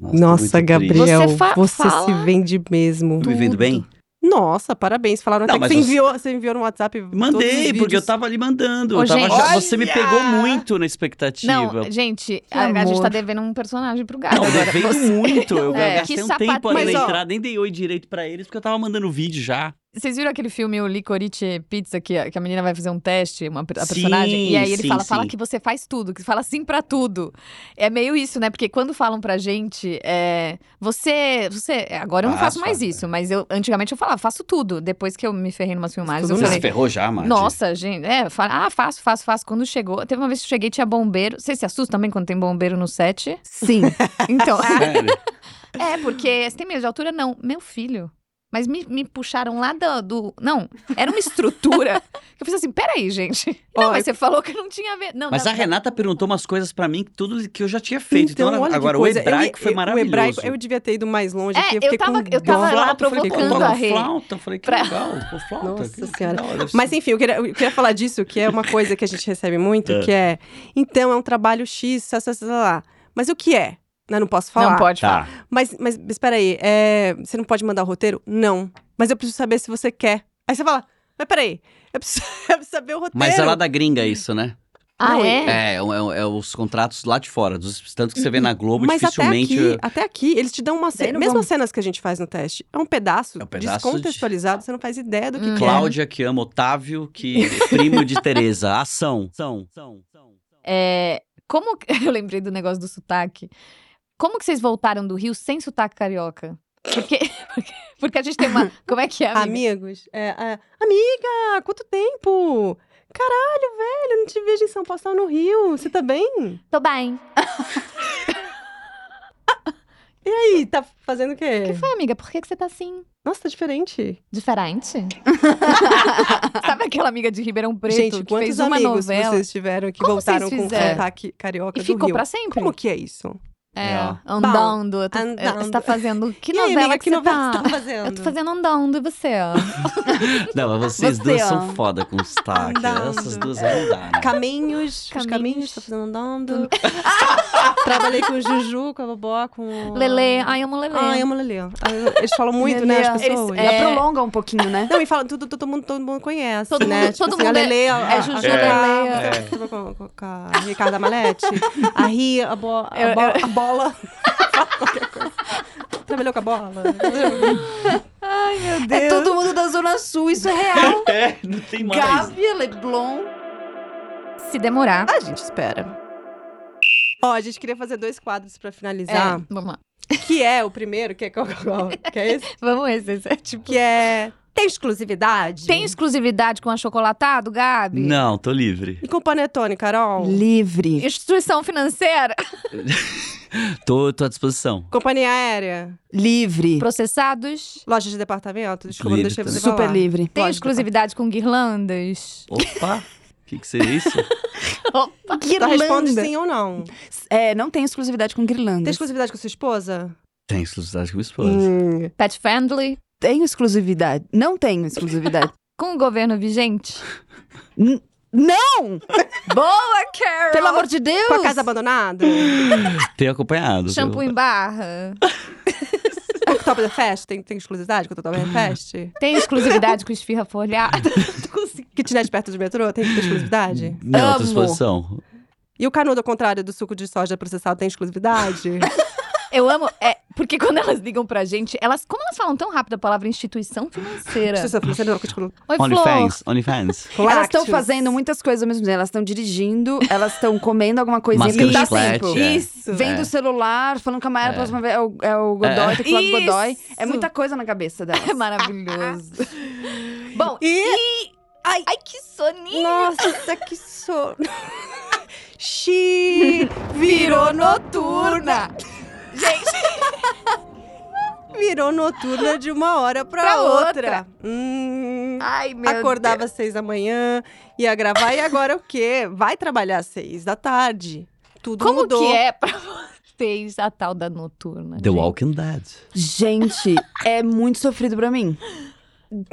E: Nossa, tô
I: Nossa,
E: tá muito triste.
I: Gabriel,
B: Você fa-
I: você se
B: fala
I: vende mesmo.
E: Tô me vendo bem?
A: Nossa, parabéns. Falaram até
E: Não,
A: que
E: mas
A: você
E: você-
A: enviou, você enviou no WhatsApp. todos os
E: Mandei,
A: vídeos.
E: porque eu tava ali mandando.
B: Ô,
E: eu tava
B: gente,
E: achando- você me
B: olha!
E: pegou muito na expectativa.
B: Não, gente, a, a
A: amor.
B: gente tá devendo um personagem pro gato
E: Não,
B: agora.
E: devendo um.
B: Você-
E: muito. Eu
B: É,
E: gastei
B: que
E: um
B: sapato-
E: tempo ali
A: Mas,
E: na
A: ó-
E: entrada, nem dei oi direito pra eles, porque eu tava mandando vídeo já.
B: Vocês viram aquele filme O Licorice Pizza, que a, que a menina vai fazer um teste, uma per- a
E: Sim,
B: personagem? E aí ele
E: sim,
B: fala, fala
E: sim.
B: que você faz tudo, que fala sim pra tudo. É meio isso, né? Porque quando falam pra gente, é, você, você. Agora eu não faço
E: Faço,
B: mais
E: é.
B: isso, mas eu antigamente eu falava, faço tudo. Depois que eu me ferrei numas filmagens, eu
A: Tudo
E: Você
B: falei.
E: se ferrou já, Mati?
B: Nossa, gente, é, fala, ah, faço, faço, faço. Quando chegou, teve uma vez que eu cheguei tinha bombeiro. Vocês se assustam também quando tem bombeiro no set?
D: Sim.
B: Então,
E: Sério?
B: é, porque você tem medo de altura? Não, meu filho. Mas me, me puxaram lá do, do- Não, era uma estrutura. que eu fiz assim, peraí, gente. Não,
A: Ó,
B: mas você falou que não tinha a ver. Não,
E: Mas
B: não,
E: a
B: não.
E: Renata perguntou umas coisas pra mim que tudo que eu já tinha feito. Então,
A: olha que
E: agora o
A: um coisa. Eu-
E: hebraico
A: eu-
E: foi maravilhoso. Então,
A: O hebraico, eu devia ter ido mais longe.
B: É,
A: aqui,
B: eu
A: fiquei
B: tava-
A: com
B: eu tava
A: dó.
B: lá
E: flauta, eu falei,
B: provocando
E: "Pô, toca
B: a Rê."
E: flauta, eu falei, que
B: Pra-
E: legal, pô, flauta.
A: Nossa
E: que- que
A: Senhora.
E: da hora isso.
A: Mas enfim, eu queria, eu queria falar disso, que é uma coisa que a gente recebe muito, que é... Então, é um trabalho X, sei lá, sei lá, sei lá. Mas o que é? Né, Não posso falar.
B: Não pode falar.
E: Tá.
A: Mas, mas espera aí, é, você não pode mandar o roteiro? Não. Mas eu preciso saber se você quer. Aí você fala, mas peraí, eu preciso, eu preciso saber o roteiro.
E: Mas é lá da gringa isso, né?
B: Ah,
A: Não,
B: é?
E: É, é, é- é os contratos lá de fora. Dos, tanto que você vê na Globo,
A: Mas até
E: dificilmente...
A: aqui, até aqui, eles te dão uma
D: Daí
A: cena.
D: não
A: Mesmo
D: vamos-
A: as cenas que a gente faz no teste, é um pedaço,
E: É um pedaço de-
A: descontextualizado, você não faz ideia do que é.
B: Hum.
A: quer.
E: Cláudia, que ama Otávio, que primo de Ah, Tereza. Ação. Ação. Ação. Ação.
B: É, Como. que- Eu lembrei do negócio do sotaque. Como que vocês voltaram do Rio sem sotaque carioca? Porque, porque, porque a gente tem uma. Como é que é, amiga?
A: Amigos, é, é, amiga, quanto tempo? Caralho, velho, não te vejo em São Paulo, estava no Rio. Você tá bem?
F: Tô bem.
A: E aí, tá fazendo o quê?
B: O que foi, amiga? Por que, que você tá assim?
A: Nossa, tá diferente.
F: Diferente?
B: Sabe aquela amiga de Ribeirão Preto
A: Gente,
B: que fez
A: quantos
B: uma
A: amigos
B: novela
A: vocês tiveram que
B: Como
A: voltaram
B: vocês
A: com
B: fizeram?
A: sotaque carioca
B: e
A: do
B: ficou
A: Rio?
B: pra sempre?
A: Como que é isso?
B: É,
E: É.
B: andando. eu tô- eu-
A: Andando.
B: Você tá fazendo. Que
A: E aí,
B: novela
A: amiga,
B: que,
A: que
B: você
A: novela
B: tá?
A: você tá fazendo?
B: Eu tô fazendo andando e você, ó.
E: Não, mas vocês
D: Você,
E: duas
D: ó.
E: são foda com sotaque.
A: Andando.
E: Essas duas não dá, né?
A: Caminhos, os
B: Caminhos.
A: caminhos, tô fazendo andando. Trabalhei com o Juju, com a Bobó, com... o-
B: Lele, ai, eu amo Lele.
A: Ah, eu amo Lelê. Ah, eu- Eles falam muito, né, as
D: Eles,
A: pessoas.
D: Ela
B: é.
D: prolonga um pouquinho, né?
A: Não, e falam tudo, todo mundo, todo mundo conhece,
B: Todo
A: né?
B: mundo-
A: Tipo
B: todo
A: assim,
B: mundo
A: a Lelê, a,
B: é
A: a-
B: Juju,
A: com a-
B: Lelê.
A: com- Com, com- com a Ricarda Malete, a Ria, a, bo, a,
B: Eu-
A: bo- a bola. Qualquer coisa. Trabalhou com a bola.
D: É todo mundo da Zona Sul, isso é real.
E: É, não tem mais.
D: Gávea, Leblon.
B: Se demorar.
A: A gente espera. Ó, a gente queria fazer dois quadros pra
B: É,
A: finalizar.
B: vamos lá.
A: Que é o primeiro, que é qual, qual- que é esse?
B: Vamos esse, esse é tipo.
A: Que é. Tem exclusividade?
B: Tem exclusividade com achocolatado, Gabi?
E: Não, tô livre.
A: E com panetone, Carol?
D: Livre.
B: Instituição financeira?
E: Tô, tô à disposição.
A: Companhia aérea?
D: Livre.
B: Processados?
A: Loja de departamento? Desculpa, não
E: Livre
A: deixei você
E: também.
A: falar.
D: Super livre.
B: Tem
A: Loja de
B: exclusividade com guirlandas?
E: Opa! O que, que seria isso?
A: Só responde
D: Guirlanda.
A: sim ou não.
D: Ah, tá É, não tem exclusividade com
A: Tem
D: guirlandas.
A: exclusividade com sua esposa?
E: Tem exclusividade com minha esposa.
A: Hum.
B: Pet friendly?
D: Tenho exclusividade. Não tenho exclusividade.
B: Com o governo vigente?
D: não!
B: Boa, Carol!
D: Pelo amor de Deus!
A: Com a casa abandonada? É
E: Tem acompanhado.
B: Shampoo em barra?
A: com o Top da Fest? Tem, tem exclusividade com o Top da
D: Ah.
A: Fest?
B: Tem exclusividade com esfirra folhada?
A: Kitnet perto do metrô? Tem exclusividade?
E: Não, tô
D: Amo.
E: à disposição.
A: E o canudo ao contrário do suco de soja processado tem exclusividade?
B: Eu amo, é, porque quando elas ligam pra gente, elas, como elas falam tão rápido a palavla instituição financeira?
A: Você tá sabe, você não continua.
B: Oi, Flor.
E: OnlyFans, OnlyFans.
D: Elas estão
A: Lácteos.
D: fazendo muitas coisas ao mesmo tempo. Elas estão dirigindo, elas estão comendo alguma coisinha
E: Máscara de
D: pra
E: chiclete.
D: tempo.
E: é.
A: Isso.
D: Vendo o celular, falando que a Maera a
E: É.
D: próxima vez é o, é o Godoy, tem que falar com o Godoy. É
B: Isso.
D: muita coisa na cabeça dela.
B: É maravilhoso. Bom,
A: E.
B: ai, ai, que soninho.
A: Nossa, que sono. Xi. Virou noturna.
B: Gente,
A: Virou noturna de uma hora pra,
B: Pra outra.
A: outra. Hum.
B: ai, meu
A: Acordava às seis da manhã, ia gravar e agora o quê? Vai trabalhar às seis da tarde. Tudo
B: Deus. Como
A: mudou.
B: que é pra vocês a tal da noturna?
E: The
B: gente?
E: Walking Dead.
D: Gente, é muito sofrido pra mim.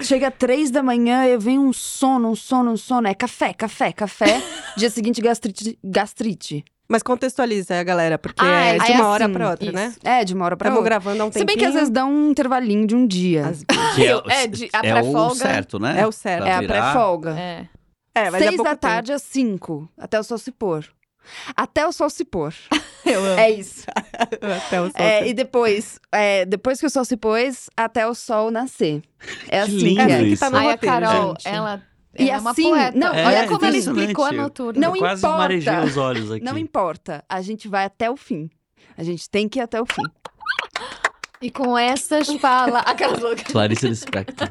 D: Chega três da manhã, eu venho um sono, um sono, um sono. É café, café, café. Dia seguinte, gastrite. gastrite.
A: Mas contextualiza a galera, porque
D: Ah,
A: é
D: é
A: de uma
D: assim,
A: hora pra outra,
D: isso.
A: né?
D: É, de uma hora pra
A: Tamo
D: outra.
A: gravando há um
D: Se bem que às
A: tempinho.
D: vezes dá um intervalinho de um dia.
E: Que é,
D: É, de- a
E: é o
D: pré-folga-
E: certo, né?
D: É o certo.
E: Pra
D: É a
E: virar.
D: pré-folga.
B: É.
A: É,
D: Seis da tarde às cinco, até o sol se pôr. Até o sol se pôr.
B: Eu amo.
D: É isso.
A: Até o sol.
D: É, e depois, é, depois que o sol se pôs, até o sol nascer. É assim.
E: lindo
D: é.
E: isso.
A: tá no
B: Aí a
A: roteiro,
B: Carol,
A: gente.
B: ela,
D: E
B: ela é uma
D: assim-
B: poeta.
D: não,
E: É,
B: Olha como ela
E: impressionante.
B: explicou a noturna.
D: Não
E: Eu quase
D: importa.
E: marejei os olhos aqui.
D: Não importa, a gente vai até o fim. A gente tem que ir até o fim.
B: E com essas fala... Aquela louca.
E: Clarissa Lispector.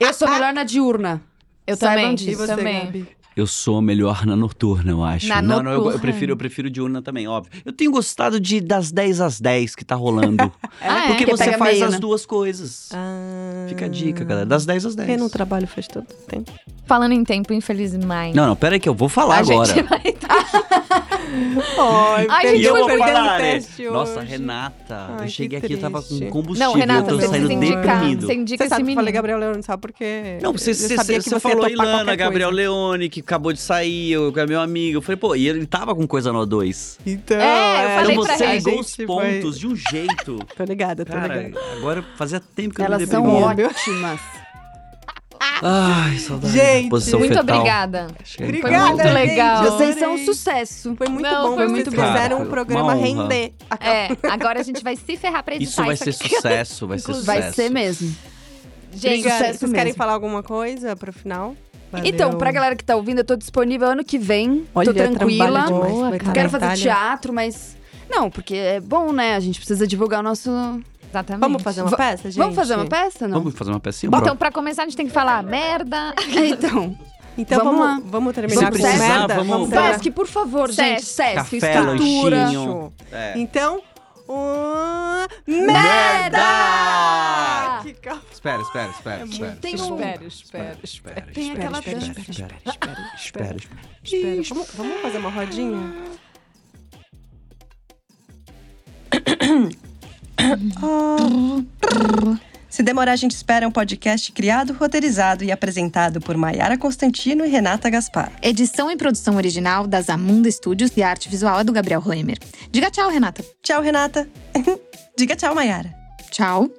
D: Eu sou melhor na diurna.
B: Eu
D: Saibam
B: também,
D: disso.
B: eu também.
E: Eu sou melhor na noturna, eu acho.
B: Na
E: não, não, eu- eu,
B: noturna.
E: prefiro, eu prefiro diurna também, óbvio. Eu tenho gostado de das 10 às 10 que tá rolando.
B: Ah, é?
E: porque
D: que
E: você
D: pega
E: faz
D: meio,
E: as
D: né?
E: duas coisas. Fica a dica, galera. Das 10 às 10.
A: Quem Ah, não trabalha faz todo o tempo.
B: Falando em tempo, infelizmente.
E: Não, não, pera aí que eu vou falar
B: a
E: agora.
B: gente vai... tá-
A: Ai,
B: Ai,
A: perdi-
E: E eu vou
A: perdendo
E: falar,
A: o
E: né?
A: teste hoje.
E: Nossa, Renata,
A: Ai,
E: eu
A: que
E: cheguei aqui, eu tava com
A: triste.
E: combustível,
B: Não, Renata,
E: eu tô
A: você
E: saindo
B: precisa indicar.
E: deprimido.
B: Você
A: Você sabe
B: indica esse
A: que eu
B: menino.
A: falei Gabriel Leone, sabe porque.
E: Não, você,
A: eu
E: você,
A: sabia
E: você,
A: que
E: você
A: ia
E: falou
A: topar
E: Ilana,
A: qualquer
E: Gabriel
A: coisa.
E: Leone, que acabou de sair, eu, que é meu amigo. Eu falei, pô, e ele tava com coisa no O2.
A: Então,
B: É, eu falei
E: então
B: pra
E: você
B: ela.
E: ligou
A: A
E: os
A: gente
E: pontos
A: foi-
E: de um jeito.
A: Tô ligada, tô
E: Cara,
A: ligada.
E: agora fazia tempo que eu
D: Elas
E: me
D: são
E: deprimia.
D: ótimas.
E: Ai, saudade.
A: Gente,
E: Posição
B: Muito
E: fetal.
B: obrigada.
E: Cheguei.
B: Foi muito
A: gente,
B: legal.
D: Vocês são um
A: adorei.
D: sucesso.
A: Foi muito
B: Não,
A: bom,
B: foi
A: vocês
B: muito
E: bom.
A: fizeram
E: Cara,
A: um programa
E: uma honra.
A: render.
B: É, agora a gente vai se ferrar pra editar
E: Isso vai ser
B: aqui.
E: sucesso, vai ser sucesso.
D: Vai ser mesmo.
B: Gente,
A: Obrigada.
D: sucesso
A: Vocês querem
D: mesmo.
A: falar alguma coisa pro final?
D: Então,
A: Valeu.
D: pra galera que tá ouvindo, eu tô disponível ano que vem.
A: Olha,
D: tô tranquila.
A: trabalho demais,
B: Boa,
A: vai
B: cara.
A: trabalhar.
D: Quero fazer
A: Itália.
D: teatro, mas. Não, porque é bom, né? A gente precisa divulgar o nosso.
B: Exatamente.
A: Vamos fazer uma
D: Va-
A: peça, gente?
D: Vamos fazer uma peça? Não.
E: Vamos fazer uma pecinha?
B: Então, pra começar, a gente tem que falar merda.
D: Então,
A: Então
D: Vamos
A: vamos,
D: lá.
A: vamos, terminar
D: Se
A: com
D: precisar,
A: merda.
E: vamos-
A: terminar.
D: Sesc, por favor,
B: Sesc.
D: gente. Sesc,
E: Café,
D: estrutura.
E: lanchinho.
A: Show.
E: É.
A: Então, um...
E: Merda!
A: Que calma.
E: Espera, espera, espera. espera.
D: Tem um-
B: Espera, espera, espera.
E: Espera,
D: Tem
E: espera,
D: aquela
E: espera,
D: dança.
E: espera, espera, espera, espera.
A: Espera, vamos, vamos fazer uma rodinha? Se Demorar, a gente espera é um podcast criado, roteirizado e apresentado por Maiara Constantino e Renata Gaspar.
F: Edição e produção original das Amunda Studios e a arte visual é do Gabriel Roemer. Diga tchau, Renata.
A: Tchau, Renata. Diga tchau, Maiara.
F: Tchau.